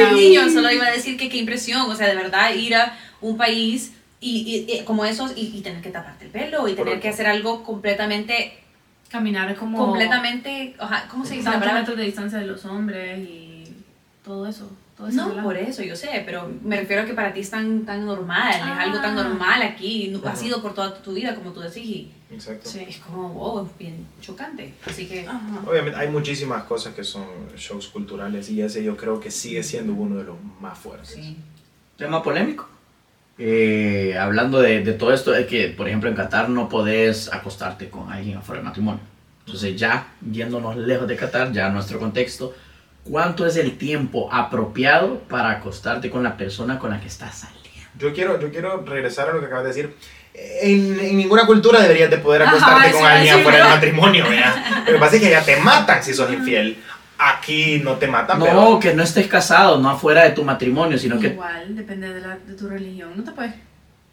S5: nada, niño, solo iba a decir que qué impresión, o sea, de verdad ir a un país y, y- y como esos y, y tener que taparte el pelo y tener
S3: Correcto.
S5: que hacer algo completamente
S6: Caminar como
S5: completamente, ajá, ¿cómo se dice la
S6: tantos
S5: palabra?
S6: metros de distancia de los hombres y todo eso. Todo ese
S5: No,
S6: relajo.
S5: por eso, yo sé, pero me refiero a que para ti es tan, tan normal,
S6: Ah.
S5: es algo tan normal aquí, no- ha
S3: Ujú.
S5: sido por toda tu vida, como tú decís, y
S3: Exacto.
S6: Sí.
S5: es como, wow, es bien chocante. Así que,
S6: Ajá.
S3: Obviamente hay muchísimas cosas que son shows culturales y ese yo creo que sigue siendo uno de los más fuertes.
S5: sí.
S1: Tema polémico. Eh, hablando de, de todo esto, es que, por ejemplo, en Qatar no podés acostarte con alguien afuera del matrimonio. Entonces, ya yéndonos lejos de Qatar, ya a nuestro contexto, ¿cuánto es el tiempo apropiado para acostarte con la persona con la que estás saliendo?
S3: Yo quiero, yo quiero regresar a lo que acabas de decir. En, en ninguna cultura deberías de poder acostarte con
S5: Ajá, eso iba a
S3: alguien
S5: decir,
S3: fuera del
S5: ¿no?
S3: matrimonio, ¿verdad? Pero pasa es que ya te matan si sos infiel. Aquí no te matan,
S1: No,
S3: pero...
S1: que no estés casado, no afuera de tu matrimonio, sino que.
S6: Igual, depende de, la, de tu religión. No te puedes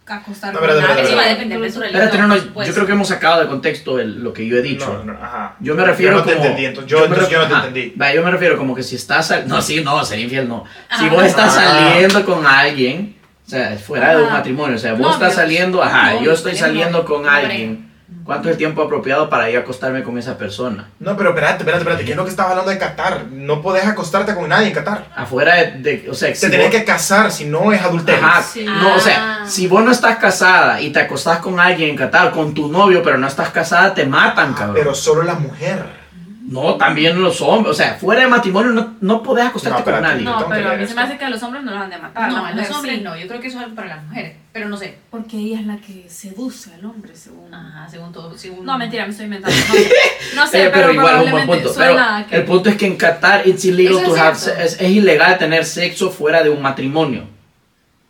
S6: acostar
S3: No, pero,
S6: con
S3: pero,
S6: nadie.
S5: Eso
S3: pero,
S5: va a depender de su religión.
S1: Espérate, no, no,
S5: pues.
S1: yo creo que hemos sacado de contexto el- lo que yo he dicho.
S3: No, no, ajá.
S1: Yo me refiero
S3: Yo no te
S1: como-
S3: entendí, entonces yo- entonces
S1: refiero-
S3: yo no te
S1: ajá,
S3: entendí.
S1: va, yo me refiero como que si estás... sal- No, sí, no, ser infiel no. Si
S5: Ah.
S1: vos estás
S3: Ah.
S1: saliendo con alguien, o sea, fuera de un
S2: Ah.
S1: matrimonio, o sea, vos
S2: No,
S1: estás
S2: pero-
S1: saliendo, ajá,
S5: no,
S1: yo estoy
S5: no,
S1: saliendo con
S5: no,
S1: alguien. ¿Cuánto es el tiempo apropiado para ir a acostarme con esa persona?
S3: No, pero espérate, espérate, espérate. ¿Qué es lo que estaba hablando de Qatar? No podés acostarte con nadie en Qatar.
S1: Afuera de, de- o sea,
S3: Te
S1: si
S3: tenés
S1: vos-
S3: que casar, si no es adulterio.
S1: Ajá,
S6: Sí.
S1: no, o sea,
S5: Ah.
S1: si vos no estás casada y te acostás con alguien en Qatar, con tu novio, pero no estás casada, te matan,
S3: Ah,
S1: cabrón.
S3: pero solo la mujer.
S1: No, también los hombres, o sea, fuera de matrimonio no, no podés acostarte
S3: No,
S1: con
S3: espérate.
S1: nadie.
S6: No,
S3: Tengo que
S6: pero a
S3: leer
S6: mí se me
S3: esto.
S6: hace que a los hombres Ah, no los han de matar.
S5: No,
S6: a
S5: a los hombres no, yo creo que eso es algo para las mujeres, pero no sé.
S6: Porque ella es la que seduce al hombre, según.
S5: Ajá, según todo, según...
S6: No, mentira, me estoy inventando. No sé, no sé
S1: Mm. Eh,
S6: pero,
S1: igual un buen
S6: probablemente
S1: punto. Pero
S6: suena a que.
S1: el punto es que en Qatar it's illegal
S5: Eso
S1: to
S5: es
S1: have
S5: cierto.
S1: se- es, es ilegal tener sexo fuera de un matrimonio.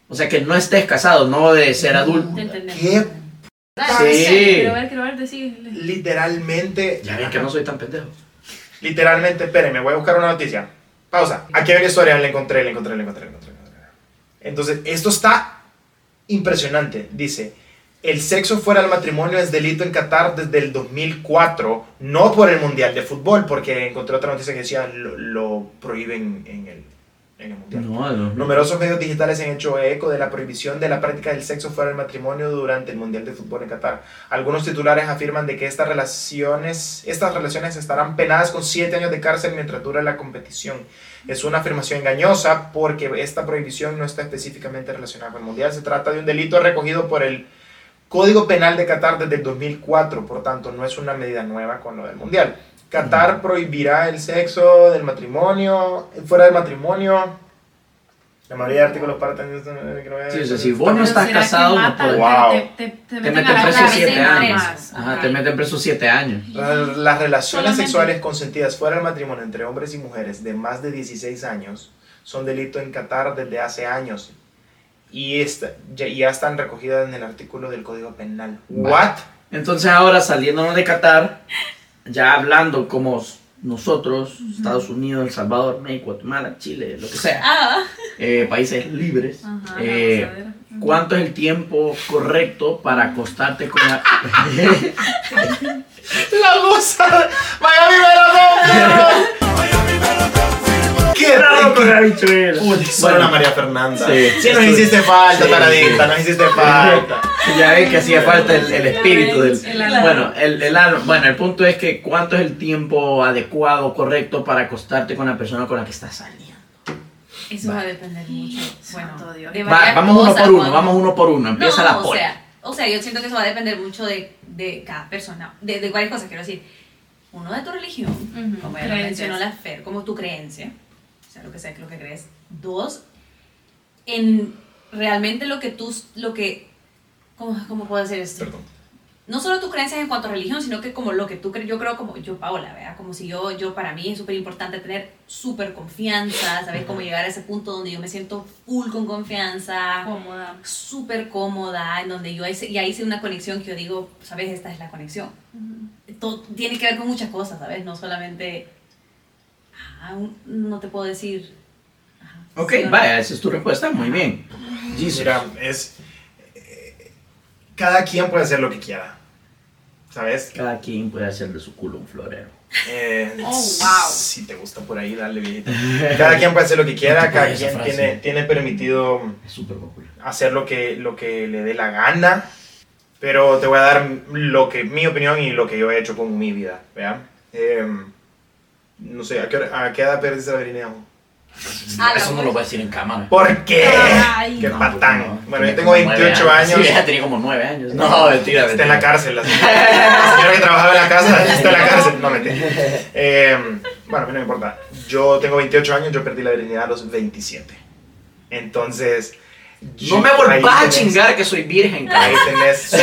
S1: O sea que no estés casado, no de ser adulto.
S5: Te entendemos.
S3: ¿Qué?
S1: Sí.
S6: Quiero ver, quiero ver, decirle.
S3: Literalmente...
S1: Ya ven que no soy tan pendejo.
S3: Literalmente, espérenme, voy a buscar una noticia. Pausa. Aquí hay una historia, la encontré, la encontré, la encontré, la encontré. la encontré. Entonces, esto está impresionante. Dice, el sexo fuera del matrimonio es delito en Qatar desde el 2004, no por el Mundial de Fútbol, porque encontré otra noticia que decía lo, lo prohíben en el, en el Mundial.
S1: No, no, no.
S3: Numerosos medios digitales se han hecho eco de la prohibición de la práctica del sexo fuera del matrimonio durante el Mundial de Fútbol en Qatar. Algunos titulares afirman de que estas relaciones, estas relaciones estarán penadas con 7 años de cárcel mientras dura la competición. Es una afirmación engañosa porque esta prohibición no está específicamente relacionada con el Mundial. Se trata de un delito recogido por el Código Penal de Qatar desde el 2004, por tanto no es una medida nueva con lo del Mundial. Qatar prohibirá el sexo del matrimonio, fuera del matrimonio. La mayoría de artículos parten de esto, eh, que no voy a-
S1: Sí, o sea, si vos no estás
S6: ¿será que
S1: casado, no
S6: matan?
S1: podés.
S3: Wow.
S6: Te, te, te,
S1: Te
S6: meten
S1: meten
S6: a la
S1: preso
S6: cárcel
S1: siete
S6: nada
S1: años.
S6: más.
S1: Ajá, te meten preso 7 años.
S3: Ra- Las relaciones
S6: Solamente.
S3: sexuales consentidas fuera del matrimonio entre hombres y mujeres de más de 16 años son delito en Qatar desde hace años y esta- ya, ya están recogidas en el artículo del Código Penal. ¿What?
S1: Entonces ahora saliéndonos de Qatar, ya hablando como s- nosotros, Estados Unidos, El Salvador, México, Guatemala, Chile, lo que sea,
S5: Ah,
S1: eh, países libres,
S6: Ajá,
S1: eh,
S6: la gozadera.
S1: ¿Cuánto es el tiempo correcto para acostarte con la...
S3: La goza. Miami me lo confirmo. Qué raro
S1: con la bichuela!
S3: Bueno, la María Fernanda.
S1: Sí.
S3: Sí, nos hiciste falta,
S1: Sí,
S3: taradita, nos hiciste falta.
S1: Ya ves que hacía falta el, el espíritu del...
S6: El alma.
S1: Bueno el, el alma. bueno, el punto es que ¿cuánto es el tiempo adecuado, correcto para acostarte con la persona con la que estás saliendo?
S5: eso
S1: Va.
S5: va a depender mucho.
S6: Santo
S5: Bueno,
S6: Dios.
S5: de
S1: Va,
S5: varias
S1: vamos uno
S5: cosas,
S1: por uno,
S5: Juan.
S1: vamos uno por uno, empieza
S5: No,
S1: la
S5: o
S1: pole.
S5: sea, o sea, yo siento que eso va a depender mucho de, de cada persona, de, de varias cosas, quiero decir. Uno de tu religión,
S6: Ujú,
S5: como ya lo
S6: creencias.
S5: mencionó la Fer, como tu creencia, o sea, lo que sea, lo que crees. Dos, en realmente lo que tú, lo que, ¿cómo, cómo puedo decir esto?
S3: Perdón.
S5: no solo tu creencias en cuanto a religión, sino que como lo que tú crees, yo creo como yo, Paola, ¿verdad? Como si yo, yo para mí es súper importante tener súper confianza, ¿sabes? Como llegar a ese punto donde yo me siento full con confianza,
S6: Cómoda.
S5: súper cómoda, en donde yo hice, ya hice una conexión que yo digo, ¿sabes? Esta es la conexión. Todo, tiene que ver con muchas cosas, ¿sabes? No solamente, ah, un- no te puedo decir. ajá,
S1: Ok,
S5: sí o no.
S1: vaya, esa es tu respuesta, muy bien. Jesus.
S3: Mira, es. eh, Cada quien puede hacer lo que quiera. ¿Sabes?
S1: Cada quien puede hacer de su culo un florero.
S3: Eh,
S6: Oh, wow.
S3: Si te gusta por ahí, dale viejita. Cada quien puede hacer lo que quiera,
S1: Tipo
S3: cada
S1: esa
S3: quien
S1: frase.
S3: tiene, tiene permitido
S1: Es súper popular.
S3: hacer lo que, lo que le dé la gana. Pero te voy a dar lo que, mi opinión y lo que yo he hecho con mi vida, ¿vea? Em, no sé, ¿a qué, hora- a qué edad perdiste la virginidad? vos?
S5: Ah,
S1: Eso
S5: la
S1: no lo
S5: voz.
S1: voy a decir en cámara.
S3: ¿Por qué?
S6: Ay,
S3: ¡Qué
S1: No, pues,
S3: patán!
S1: no,
S3: bueno, yo
S1: tenía
S3: tengo
S1: como nueve
S3: 28 años.
S1: Sí, ella tenía como 9 años. No, mentira,
S3: Está en
S1: mentira.
S3: la cárcel, la señora, la señora que trabajaba en la casa está en la cárcel. No, mentira. Eh, bueno, a mí no me importa. Yo tengo 28 años, yo perdí la virginidad a los 27. Entonces... yo-
S1: No me
S3: ahí
S1: volvás a
S3: tenés-
S1: chingar que soy virgen,
S3: Ahí
S1: cabrón.
S3: tenés, son,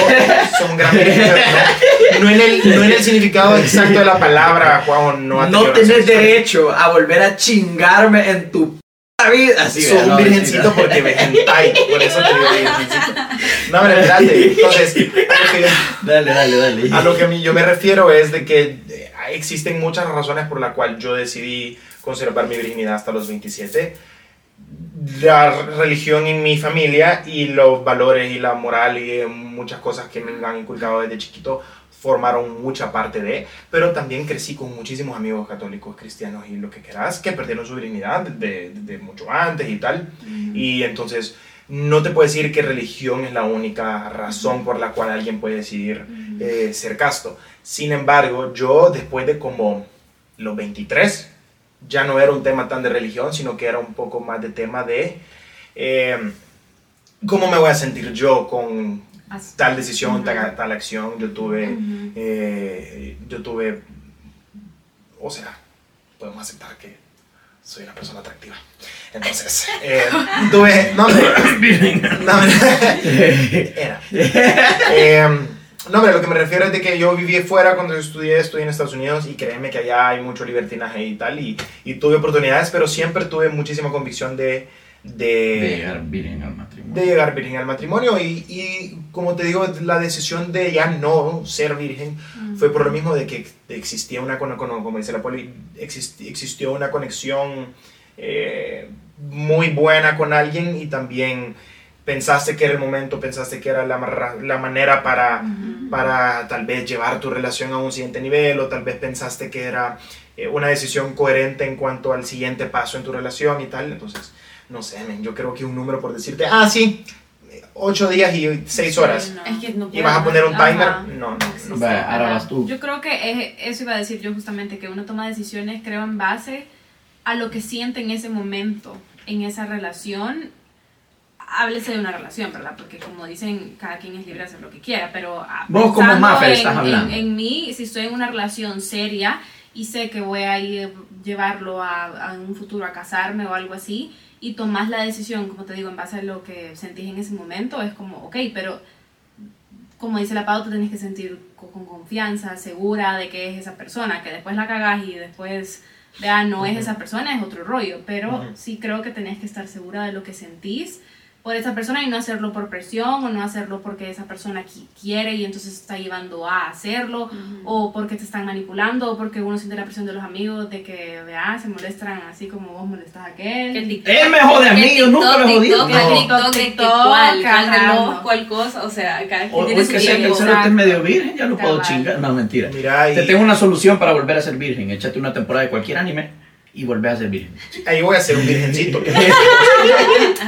S3: son gran privilegio, ¿no? No en, el, no en el significado exacto de la palabra, Juan, no ha
S1: No
S3: tenido
S1: tenés
S3: relaciones.
S1: derecho a volver a chingarme en tu p- vida. Así,
S3: Sos
S1: ¿verdad?
S3: un
S1: No,
S3: virgencito
S1: mentira.
S3: porque me hentai, por eso te digo virgencito. No, pero espérate, entonces, lo que yo-
S1: Dale, dale, dale.
S3: A lo que a mí yo me refiero es de que eh, existen muchas razones por la cual yo decidí conservar mi virginidad hasta los 27. La religión en mi familia y los valores y la moral y eh, muchas cosas que me han inculcado desde chiquito formaron mucha parte de, pero también crecí con muchísimos amigos católicos, cristianos y lo que querás, que perdieron su virginidad de, de- de mucho antes y tal. Y entonces no te puedo decir que religión es la única razón por la cual alguien puede decidir eh, ser casto. Sin embargo, yo después de como los 23, ya no era un tema tan de religión, sino que era un poco más de tema de eh, cómo me voy a sentir yo con
S6: Así.
S3: tal decisión, tal, tal acción. Yo tuve, eh, yo tuve, o sea, podemos aceptar que soy una persona atractiva. Entonces, eh, tuve, no, no, era. Eh, no, pero lo que me refiero es de que yo viví fuera cuando yo estudié, estudié en Estados Unidos y créeme que allá hay mucho libertinaje y tal, y, y tuve oportunidades, pero siempre tuve muchísima convicción de...
S1: De
S3: de
S1: llegar virgen al matrimonio.
S3: de llegar virgen al matrimonio y, y, como te digo, la decisión de ya no ser virgen fue por lo mismo de que existía una, cono- cono- como dice la poli, exist- existió una conexión eh, muy buena con alguien y también pensaste que era el momento, pensaste que era la, marra- la manera para, para tal vez llevar tu relación a un siguiente nivel o tal vez pensaste que era eh, una decisión coherente en cuanto al siguiente paso en tu relación y tal. Entonces, no sé, men, yo creo que un número por decirte, ah, sí, ocho días y seis horas.
S6: No.
S5: Es que no
S3: Y vas a poner un
S6: Ajá.
S3: timer. No, no, no.
S1: Va, ahora
S6: Ajá.
S1: vas tú.
S6: Yo creo que es- eso iba a decir yo justamente, que uno toma decisiones, creo, en base a lo que siente en ese momento, en esa relación. Háblese de una relación, ¿verdad? Porque como dicen, cada quien es libre de hacer lo que quiera, pero... ah,
S1: Vos como
S6: pensando
S1: Mafer
S6: en-
S1: estás hablando.
S6: En, en mí, si estoy en una relación seria y sé que voy a ir- llevarlo a, a un futuro a casarme o algo así, y tomás la decisión, como te digo, en base a lo que sentís en ese momento, es como, ok, pero como dice la pauta, tenés que sentir co- con, confianza, segura de que es esa persona, que después la cagás y después vea, no es esa persona, es otro rollo, pero
S3: Ujú.
S6: sí creo que tenés que estar segura de lo que sentís por esa persona y no hacerlo por presión o no hacerlo porque esa persona qui- quiere y entonces está llevando a hacerlo o porque te están manipulando o porque uno siente la presión de los amigos de que vea, se molestan así como vos molestas a aquel.
S1: Él me jode a mí, yo nunca lo jodí.
S5: TikTok,
S1: No.
S5: TikTok,
S6: TikTok,
S5: TikTok, cuál, cuál
S6: ajá,
S5: reloj,
S6: no.
S5: cuál cosa, o sea, cada
S1: O, o
S5: quien tiene
S1: es
S5: su
S1: que sea que el
S5: tiempo.
S1: cerote es medio virgen, ya lo puedo
S6: Cabal.
S1: chingar. No, mentira.
S3: Mira, y-
S1: Te tengo una solución para volver a ser virgen. Échate una temporada de cualquier anime y volvés a ser virgen.
S3: Ahí voy a ser un virgencito.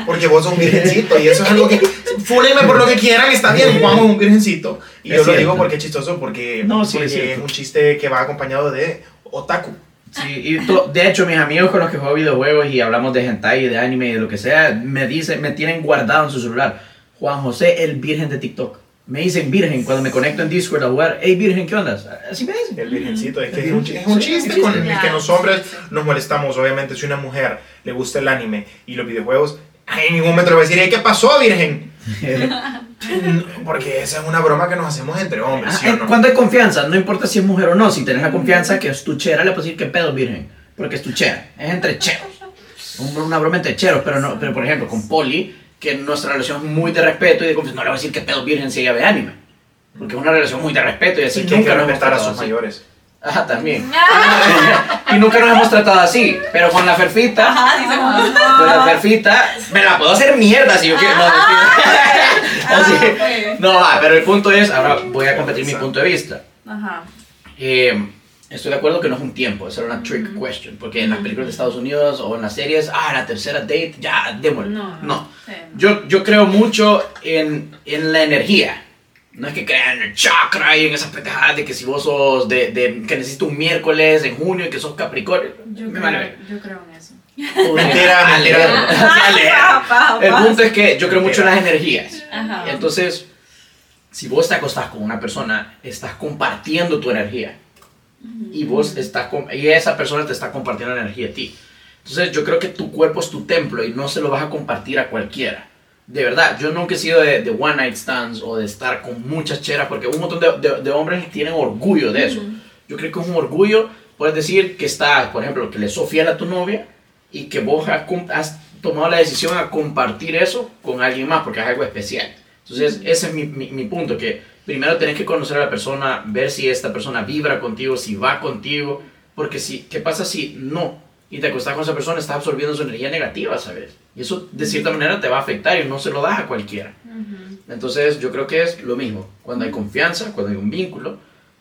S3: Porque vos sos un virgencito. Y eso es algo que. Fúrenme por lo que quieran, está bien. Juan es un virgencito. Y
S1: Es
S3: yo lo
S1: cierto.
S3: digo porque es chistoso, porque,
S1: No, sí, es
S3: porque
S1: cierto.
S3: es un chiste que va acompañado de otaku.
S1: Sí, y to- de hecho, mis amigos con los que juego videojuegos y hablamos de hentai y de anime y de lo que sea, me dicen, me tienen guardado en su celular. Juan José, el virgen de TikTok. Me dicen virgen cuando me conecto en Discord a jugar. Hey, virgen, ¿qué onda? Así me dicen.
S3: El virgencito, es que es un, chi- es un
S1: Sí,
S3: chiste
S1: sí,
S3: con
S1: sí.
S3: el que los hombres nos molestamos. Obviamente, si una mujer le gusta el anime y los videojuegos, ay, en ningún momento le voy a decir, "Ey, ¿qué pasó, virgen? Porque esa es una broma que nos hacemos entre hombres,
S1: Ah,
S3: ¿sí o
S1: eh,
S3: no?
S1: Cuando hay confianza, no importa si es mujer o no, si tenés la confianza que es tu chera, le puedes decir que pedo, virgen. Porque es tu chera, es entre cheros. Un- Una broma entre cheros, pero, no, pero por ejemplo, con Poli, que nuestra relación es muy de respeto y de confianza, no le voy a decir que pedo, virgen si ella ve anime. Porque es una relación muy de respeto y así
S3: Y que hay que
S1: nunca nos hemos
S3: respetar a
S1: tratado
S3: sus
S1: así.
S3: mayores.
S1: Ajá, Ah, también. y nunca nos hemos tratado así, pero con la ferfita,
S5: Ah. Ajá, dice como,
S1: con la ferfita, me la puedo hacer mierda si yo quiero. No, mentira. Así que-
S5: Ah. ok.
S1: no, va, pero el punto es, ahora voy a competir mi punto de vista.
S6: Ajá.
S1: Eh, estoy de acuerdo que no es un tiempo, esa era una trick question, porque en las películas de Estados Unidos o en las series, ah, la tercera date, ya, démosle.
S5: No, no.
S1: No.
S6: Sí.
S1: Yo, yo creo mucho en, en la energía. No es que crean en el chakra y en esas pendejadas de que si vos sos de, de- que necesitas un miércoles en junio y que sos Capricornio.
S6: Yo
S1: Me
S6: creo,
S1: vale ver.
S6: yo creo en eso.
S3: Mentira,
S1: A leer,
S3: mentira.
S1: a leer. El punto es que yo creo mucho en las energías.
S5: Ajá.
S1: Entonces, si vos te acostás con una persona, estás compartiendo tu energía. Y vos estás com- y esa persona te está compartiendo la energía de ti. Entonces, yo creo que tu cuerpo es tu templo y no se lo vas a compartir a cualquiera. De verdad, yo nunca he sido de, de one night stands o de estar con muchas cheras, porque un montón de, de- de hombres tienen orgullo de eso. Yo creo que es un orgullo, puedes decir que está, por ejemplo, que le sos fiel a tu novia y que vos has, com- has tomado la decisión a compartir eso con alguien más, porque es algo especial. Entonces, ese es mi, mi- mi punto, que primero tenés que conocer a la persona, ver si esta persona vibra contigo, si va contigo, porque si, ¿qué pasa si no? Y te acostás con esa persona, estás absorbiendo su energía negativa, ¿sabes? Y eso de cierta manera te va a afectar y no se lo das a cualquiera. Entonces, yo creo que es lo mismo, cuando hay confianza, cuando hay un vínculo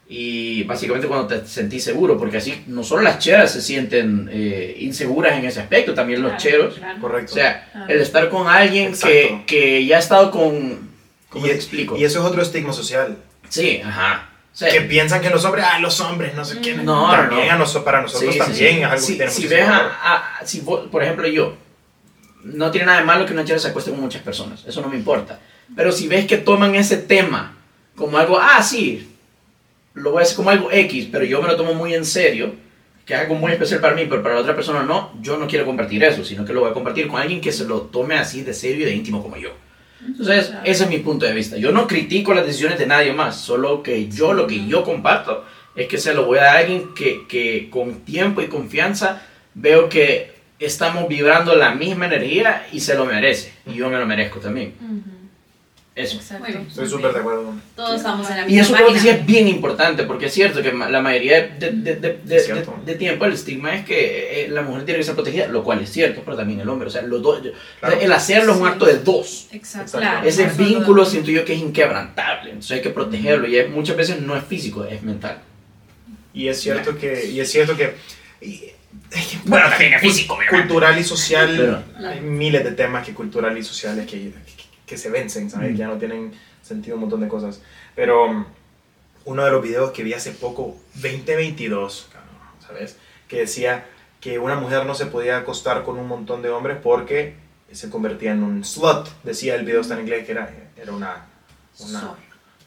S1: y básicamente cuando te sentís seguro, porque así no solo las cheras se sienten eh, inseguras en ese aspecto, también los
S5: Claro,
S1: cheros.
S5: claro.
S1: O
S3: Correcto.
S1: sea,
S6: Claro.
S1: el estar con alguien que,
S3: Exacto.
S1: que ya ha estado con... ¿Cómo
S3: y,
S1: te
S3: es-
S1: explico?
S3: y eso es otro estigma social.
S1: Sí, ajá. O sea,
S3: Que piensan que los hombres, ah, los hombres, no sé qué.
S1: No,
S3: También
S1: no.
S3: a noso- para nosotros
S1: Sí, sí,
S3: también
S1: sí.
S3: es algo
S1: Si-
S3: que tenemos
S1: Si ves a, a- si vos- por ejemplo, yo, no tiene nada de malo que una chera se acueste con muchas personas, eso no me importa. Pero si ves que toman ese tema como algo, ah, sí, lo voy a hacer como algo X, pero yo me lo tomo muy en serio, que es algo muy especial para mí, pero para la otra persona no, yo no quiero compartir eso, sino que lo voy a compartir con alguien que se lo tome así de serio y de íntimo como yo. Entonces, ese es mi punto de vista. Yo no critico las decisiones de nadie más, solo que yo lo que yo comparto es que se lo voy a dar a alguien que, que con tiempo y confianza veo que estamos vibrando la misma energía y se lo merece. Y yo me lo merezco también. Eso.
S6: Exacto.
S5: Muy bien.
S3: Estoy súper de acuerdo.
S5: Todos estamos en la misma
S1: Y eso creo que sí
S5: página.
S1: es bien importante, porque es cierto que ma- la mayoría de, de- de- de-
S3: Es cierto.
S1: de- de tiempo el estigma es que eh, la mujer tiene que ser protegida, lo cual es cierto, pero también el hombre. O sea, los dos, yo-
S3: Claro.
S1: el hacerlo es un
S6: Sí.
S1: acto de dos.
S6: Exacto.
S5: Claro.
S1: Ese
S6: Solo-
S1: vínculo siento yo que es inquebrantable, entonces hay que protegerlo y es- muchas veces no es físico, es mental.
S3: Y es cierto que. Y es cierto que. y-
S1: Bueno, también es físico,
S3: cultural y social.
S1: Pero-
S3: hay miles de temas que cultural y sociales que, que, que se vencen, ¿sabes? Que ya no tienen sentido un montón de cosas. Pero um, uno de los videos que vi hace poco, 2022, cabrón, ¿sabes? Que decía que una mujer no se podía acostar con un montón de hombres porque se convertía en un slut. Decía el video está en inglés que era, era una, una,
S5: Zorra.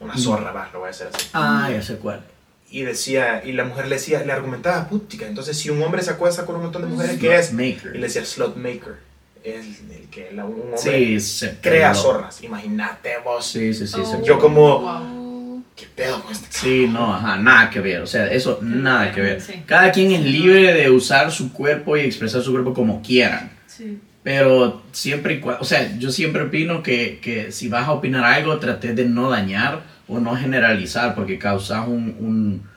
S3: una zorra, va, lo voy a hacer así.
S1: Ah, ya sé cuál.
S3: Y decía, y la mujer le decía, le argumentaba, putica, entonces si un hombre se acuesta con un montón de
S1: Mm.
S3: mujeres, ¿qué es? Y le
S1: Maker.
S3: decía slot maker. Es el que la- un hombre
S1: Sí, se
S3: crea
S1: pegó.
S3: zorras. Imagínate vos.
S1: Sí, sí,
S5: Oh.
S1: sí. se-
S3: Yo como-
S5: Wow.
S3: ¿Qué pedo con este cabrón?
S1: Sí, no, ajá, nada que ver, o sea, eso nada que ver.
S5: Sí.
S1: Cada quien es libre de usar su cuerpo y expresar su cuerpo como quieran.
S6: Sí.
S1: Pero siempre y cuando, o sea, yo siempre opino que, que si vas a opinar algo, trates de no dañar o no generalizar, porque causas un, un-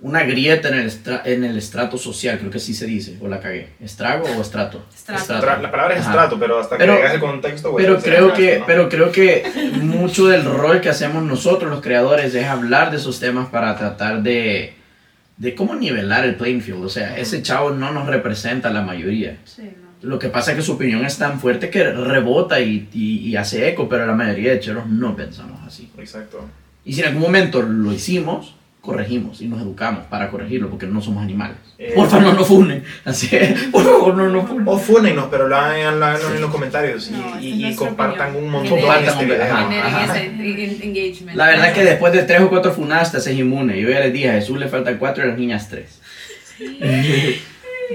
S1: una grieta en el, estra- en el estrato social, creo que así se dice, o la cagué. ¿Estrago o estrato?
S6: Estrato.
S3: Tra- La palabra es
S1: Ajá.
S3: estrato, pero hasta
S1: Pero-
S3: que llegas el contexto, güey,
S1: Pero
S3: pues,
S1: creo,
S3: estrato,
S1: que,
S3: ¿no?
S1: pero creo que mucho del rol que hacemos nosotros, los creadores, es hablar de esos temas para tratar de, de cómo nivelar el playing field. O sea, ese chavo no nos representa a la mayoría.
S6: Sí, no.
S1: Lo que pasa es que su opinión es tan fuerte que rebota y, y- y hace eco, pero la mayoría de cheros no pensamos así.
S3: Exacto.
S1: Y si en algún momento lo hicimos, corregimos y nos educamos para corregirlo porque no somos animales.
S3: Eh.
S1: Porfa, no nos funen. Así es. Por favor, no nos funen.
S3: O fúnenos, pero lo hagan lo hagan en los comentarios y,
S6: No, esta
S3: y-
S6: es
S3: y
S6: nuestra
S3: compartan
S6: opinión.
S3: un montón
S1: Compartan,
S3: este
S1: hombre,
S3: video.
S1: ajá.
S5: Generen ese en- en- engagement.
S1: La verdad es que después de tres o cuatro funadas te haces inmune. Yo ya les dije, a Jesús le faltan cuatro y a las niñas tres. De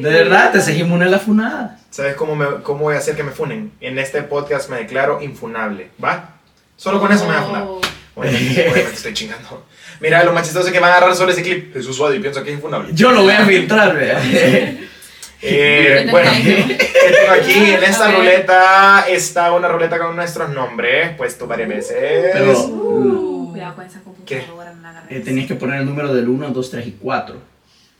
S1: verdad, te haces inmune a las funadas.
S3: ¿Sabes cómo, me- cómo voy a hacer que me funen? En este podcast me declaro infunable, ¿va? Solo con eso me voy a funar.
S6: Oh.
S3: Obviamente, obviamente estoy chingando. Mira, lo más chistoso es que van a agarrar solo ese clip. Jesús Suárez, y pienso que es infunable.
S1: Yo lo voy a filtrar, vea.
S3: Eh,
S5: Yo
S3: bueno,
S5: también.
S3: ¿qué tengo aquí en esta
S5: A ver.
S3: ruleta está una ruleta con nuestros nombres, puesto varias veces.
S1: Pero
S5: Uh.
S6: Cuidado con esa computadora, no la agarres.
S1: eh, tenías que poner el número del 1, 2, 3 y 4.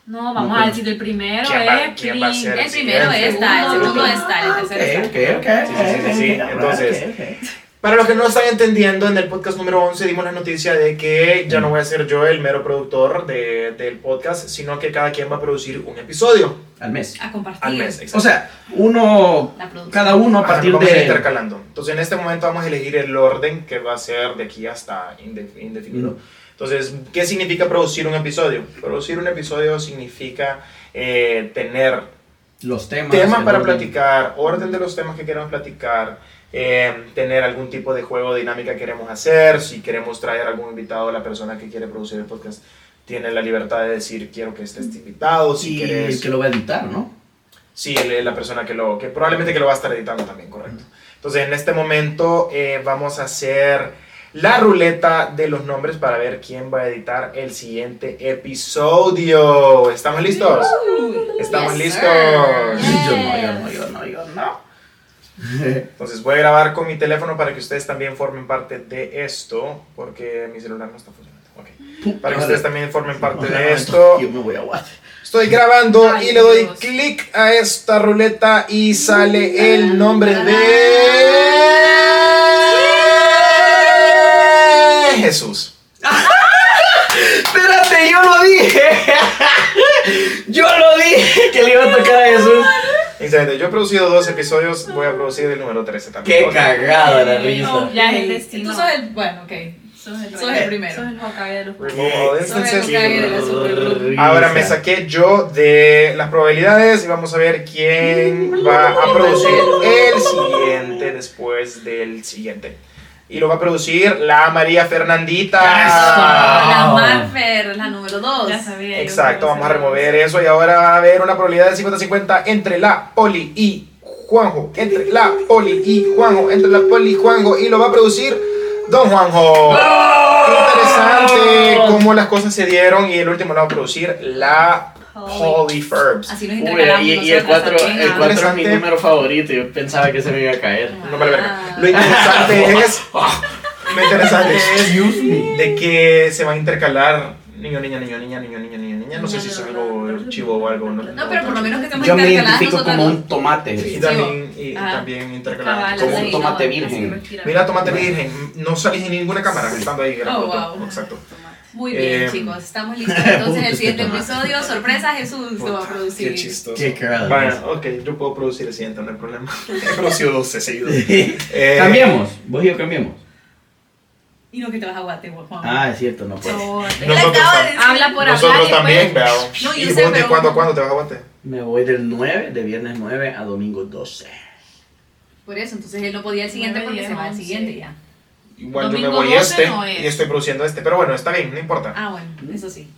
S6: No,
S1: No,
S6: vamos
S1: pero-
S6: a decir el primero,
S3: ¿Quién va-
S6: eh,
S3: quién va a ser?
S5: El primero
S3: El
S5: está, el
S6: segundo.
S5: segundo está, el
S1: Ok,
S5: tercero
S1: ok,
S5: está.
S1: ok.
S3: Ah, Sí, sí, sí, sí, sí.
S1: ok,
S3: Entonces,
S1: ok, ok.
S3: Para los que no lo están entendiendo, en el podcast número 11 dimos la noticia de que ya no voy a ser yo el mero productor de- del podcast, sino que cada quien va a producir un episodio
S1: al mes.
S5: A compartir.
S3: al mes. exacto.
S1: O sea, uno,
S5: La producción.
S1: cada uno a
S3: Ajá,
S1: partir
S3: vamos a ir
S1: de...
S3: intercalando. Entonces, en este momento vamos a elegir el orden que va a ser de aquí hasta inde- indefinido. Entonces, ¿qué significa producir un episodio? Producir un episodio significa eh, tener
S1: Los temas.
S3: temas
S1: el
S3: para
S1: orden.
S3: platicar, orden de los temas que queremos platicar, eh, tener algún tipo de juego dinámica que queremos hacer, si queremos traer algún invitado, la persona que quiere producir el podcast tiene la libertad de decir quiero que esté este invitado, si
S1: Y
S3: quieres...
S1: el que lo va a editar, ¿no?
S3: Sí, él es la persona que lo, que probablemente que lo va a estar editando también, correcto. Entonces, en este momento eh, vamos a hacer la ruleta de los nombres para ver quién va a editar el siguiente episodio. ¿Estamos listos? Estamos
S5: Yes, sir.
S3: listos.
S1: Yo no, yo no, yo no, yo no.
S3: Entonces voy a grabar con mi teléfono para que ustedes también formen parte de esto, porque mi celular no está funcionando. Ok. Para que ustedes también formen parte de esto.
S1: Yo me voy a Guate.
S3: Estoy grabando
S6: Ay,
S3: y le doy
S6: Dios.
S3: clic a esta ruleta y sale el nombre de Jesús.
S1: Espérate, yo lo dije. yo lo dije que le iba a tocar a Jesús.
S3: Excelente, yo he producido dos episodios, voy a producir el número 13 también.
S1: Qué
S3: Ok.
S1: cagada la risa.
S6: Ya es el destino.
S5: Tú sos el. Bueno, ok.
S6: Sos el,
S5: Sos
S6: rey.
S5: el primero.
S6: Sos el Hokage de los
S3: Remove all
S1: Este
S3: instances.
S5: Soy el de la
S3: Ahora me saqué yo de las probabilidades y vamos a ver quién va a producir el siguiente después del siguiente. Y lo va a producir la María Fernandita.
S5: La Marfer, la número 2.
S6: Ya sabía. yo
S3: Exacto,
S6: creo que
S3: vamos a
S6: sabía.
S3: remover eso y ahora va a haber una probabilidad de 50-50 entre la Poli y Juanjo. Entre la Poli y Juanjo. Entre la Poli y Juanjo. Y lo va a producir Don Juanjo. Qué interesante cómo las cosas se dieron y el último lo va a producir la Poli Ferbs.
S5: Así nos intercalamos.
S1: Y, y el 4
S5: nosotras
S1: el
S5: también.
S1: cuatro eh, es mi
S3: Interesante.
S1: número favorito. Yo pensaba que se me iba a caer.
S3: No me la verga. Lo interesante es. Lo interesante
S1: Excuse me.
S3: es de que se van a intercalar niño, niña, niño, niña, niño, niña, niña, niña. No sé si es algo chivo o algo.
S5: No, pero por lo menos que estamos
S1: Yo me
S5: intercaladas
S1: identifico como
S5: nosotras.
S1: un tomate.
S3: Y
S1: güey.
S3: también, y
S6: Ah.
S3: también intercalar.
S6: Cabal,
S1: Como
S6: así,
S1: un tomate
S6: no,
S1: virgen.
S6: así, respira.
S3: Mira, tomate virgen, no salís en ninguna cámara estando ahí grabando.
S5: Oh, wow.
S3: Exacto.
S5: Muy bien,
S3: Eh,
S5: chicos. Estamos listos. Entonces, el siguiente
S1: Puta.
S5: episodio, sorpresa, Jesús lo va a producir.
S3: Qué chistoso.
S1: Qué cagada.
S3: Bueno, ok, yo puedo producir el siguiente, no hay problema. He producido 12 seguidos. Eh,
S1: Cambiemos. Vos y yo cambiamos.
S5: Y no que te vas a guate, Juan.
S1: Ah, es cierto, no puedo.
S6: Por-
S3: Nosotros,
S5: Acaba de- pues.
S6: Habla por hablar.
S3: nosotros
S6: y
S3: también,
S6: después-
S3: veamos.
S5: No, yo
S3: ¿Y
S5: sé,
S3: vos de
S5: pero-
S3: cuándo a cuándo te vas a aguantar?
S1: Me voy del 9, de viernes 9 a domingo 12.
S5: Por eso, entonces él no podía el siguiente porque se va al siguiente ya.
S3: Igual yo me
S6: Domingo
S3: voy
S6: 12
S3: este
S6: no es.
S3: y estoy produciendo este, pero bueno, está bien, no importa.
S5: Ah, bueno, eso sí.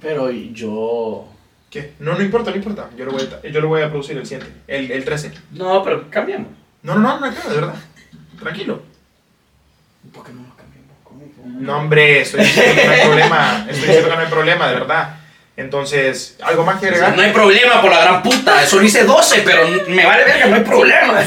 S1: Pero yo.
S3: ¿Qué? No, no importa, no importa. Yo lo voy a, yo lo voy a producir el siguiente, el, el 13.
S1: No, pero cambiamos.
S3: No, no, no, no, no, de verdad. Tranquilo.
S1: ¿Por qué no lo cambiamos? Mm.
S3: No, hombre, estoy diciendo que no hay problema. Estoy diciendo que no hay problema, de verdad. Entonces, ¿algo más que agregar?
S1: No hay problema por la gran puta. Solo hice 12, pero me vale ver que no hay problema.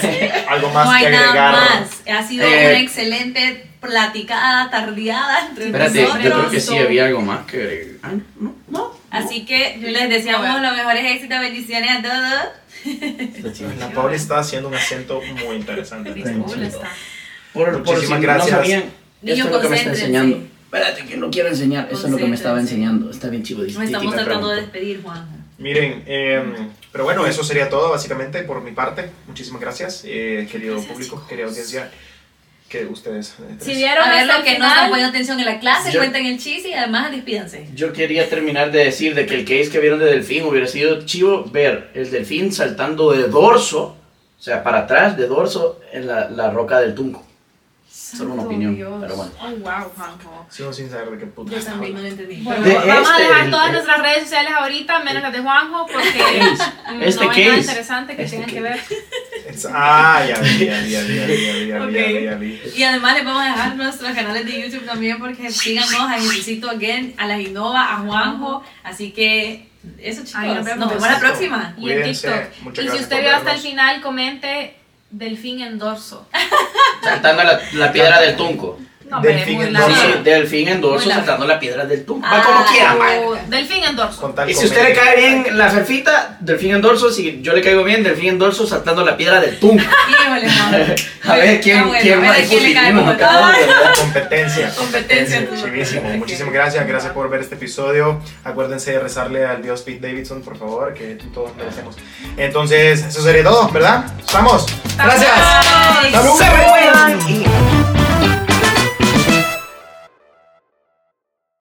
S3: Algo
S5: no
S3: más
S5: hay
S3: que agregar.
S5: nada más. Ha sido
S1: Eh,
S5: una excelente platicada, tardeada entre
S1: Espérate,
S5: nosotros.
S1: yo creo que sí había algo más que agregar. Ah, No, no.
S5: Así que les deseamos los mejores éxitos, bendiciones a todos.
S3: La Paula está haciendo un acento muy interesante. en este momento.
S6: Cool está.
S1: Por, por si
S3: Muchísimas
S1: no
S3: gracias.
S1: sabían,
S5: Niños,
S1: esto es lo que me está
S5: concéntrense.
S1: enseñando. Espérate, que no quiero enseñar. Eso es lo que me estaba
S5: Concéntrense.
S1: enseñando. Está bien chivo.
S5: Nos estamos tratando de despedir, Juan.
S3: Miren, eh, pero bueno, eso sería todo básicamente por mi parte. Muchísimas gracias, eh, querido público, querida audiencia, que ustedes... eh, tres.
S6: Si vieron
S5: A ver los
S6: hasta el
S5: que no
S6: final,
S5: están poniendo atención en la clase,
S1: Yo-
S5: cuenten el chiste y además despídanse.
S1: Yo quería terminar de decir de que el case que vieron de Delfín hubiera sido chivo ver el Delfín saltando de dorso, o sea, para atrás de dorso en la, la roca del Tunco. Solo una
S6: Santo
S1: opinión,
S6: Dios.
S1: pero bueno.
S6: Oh, wow, Juanjo.
S3: Sigo sin saber de qué puta
S5: Yo
S3: está
S5: también no lo
S3: hablando.
S5: entendí.
S6: Bueno,
S1: De
S6: vamos
S1: este-
S6: a dejar todas nuestras redes sociales ahorita, menos las de Juanjo, porque mm,
S1: este
S6: no hay nada
S1: case.
S6: interesante que
S1: Este
S6: tenga que
S1: case.
S6: ver.
S3: Es- Ah, ya vi, ya vi, ya vi, ya vi, ya vi, ya vi, ya vi, ya vi.
S5: Y además les vamos a dejar nuestros canales de YouTube también porque síganos a Jesucito Again, a las Innova, a Juanjo. Así que eso chicos,
S6: Ahí nos
S5: nos
S6: vemos.
S5: vemos, la próxima.
S6: Y en
S3: Cuídense,
S6: TikTok.
S3: muchas
S6: Y si
S3: gracias
S6: usted
S3: por
S6: vio hasta el
S3: vernos.
S6: final, comente Delfín en dorso.
S1: Saltando la, la piedra del Tunco.
S6: No, pero es
S3: Delfín
S6: muy
S3: en
S6: largo.
S3: dorso.
S1: Delfín, delfín en dorso
S5: Muy largo.
S1: saltando la piedra del tumbo.
S5: Ah,
S1: Va como quiera,
S5: no.
S1: man.
S6: O Delfín en dorso.
S3: Con tal
S1: Y si usted le
S3: comedia.
S1: cae bien la ferfita, delfín en dorso. Si yo le caigo bien, delfín en dorso saltando la piedra del tumbo.
S5: Híjole, madre.
S1: A ver quién,
S5: Ah, bueno,
S1: quién
S5: a ver
S1: más
S5: a quién le
S1: pusilánime
S5: cae mejor.
S1: acabamos de hablar.
S3: Competencia.
S5: Competencia, tú.
S3: Chivísimo.
S5: Ok.
S3: Muchísimas gracias. Gracias por ver este episodio. Acuérdense de rezarle al dios Pete Davidson, por favor, que todos merecemos. Entonces, eso sería todo, ¿verdad? ¡Estamos! ¡Gracias!
S5: Bye.
S3: ¡Salud!
S1: Se me cuidan.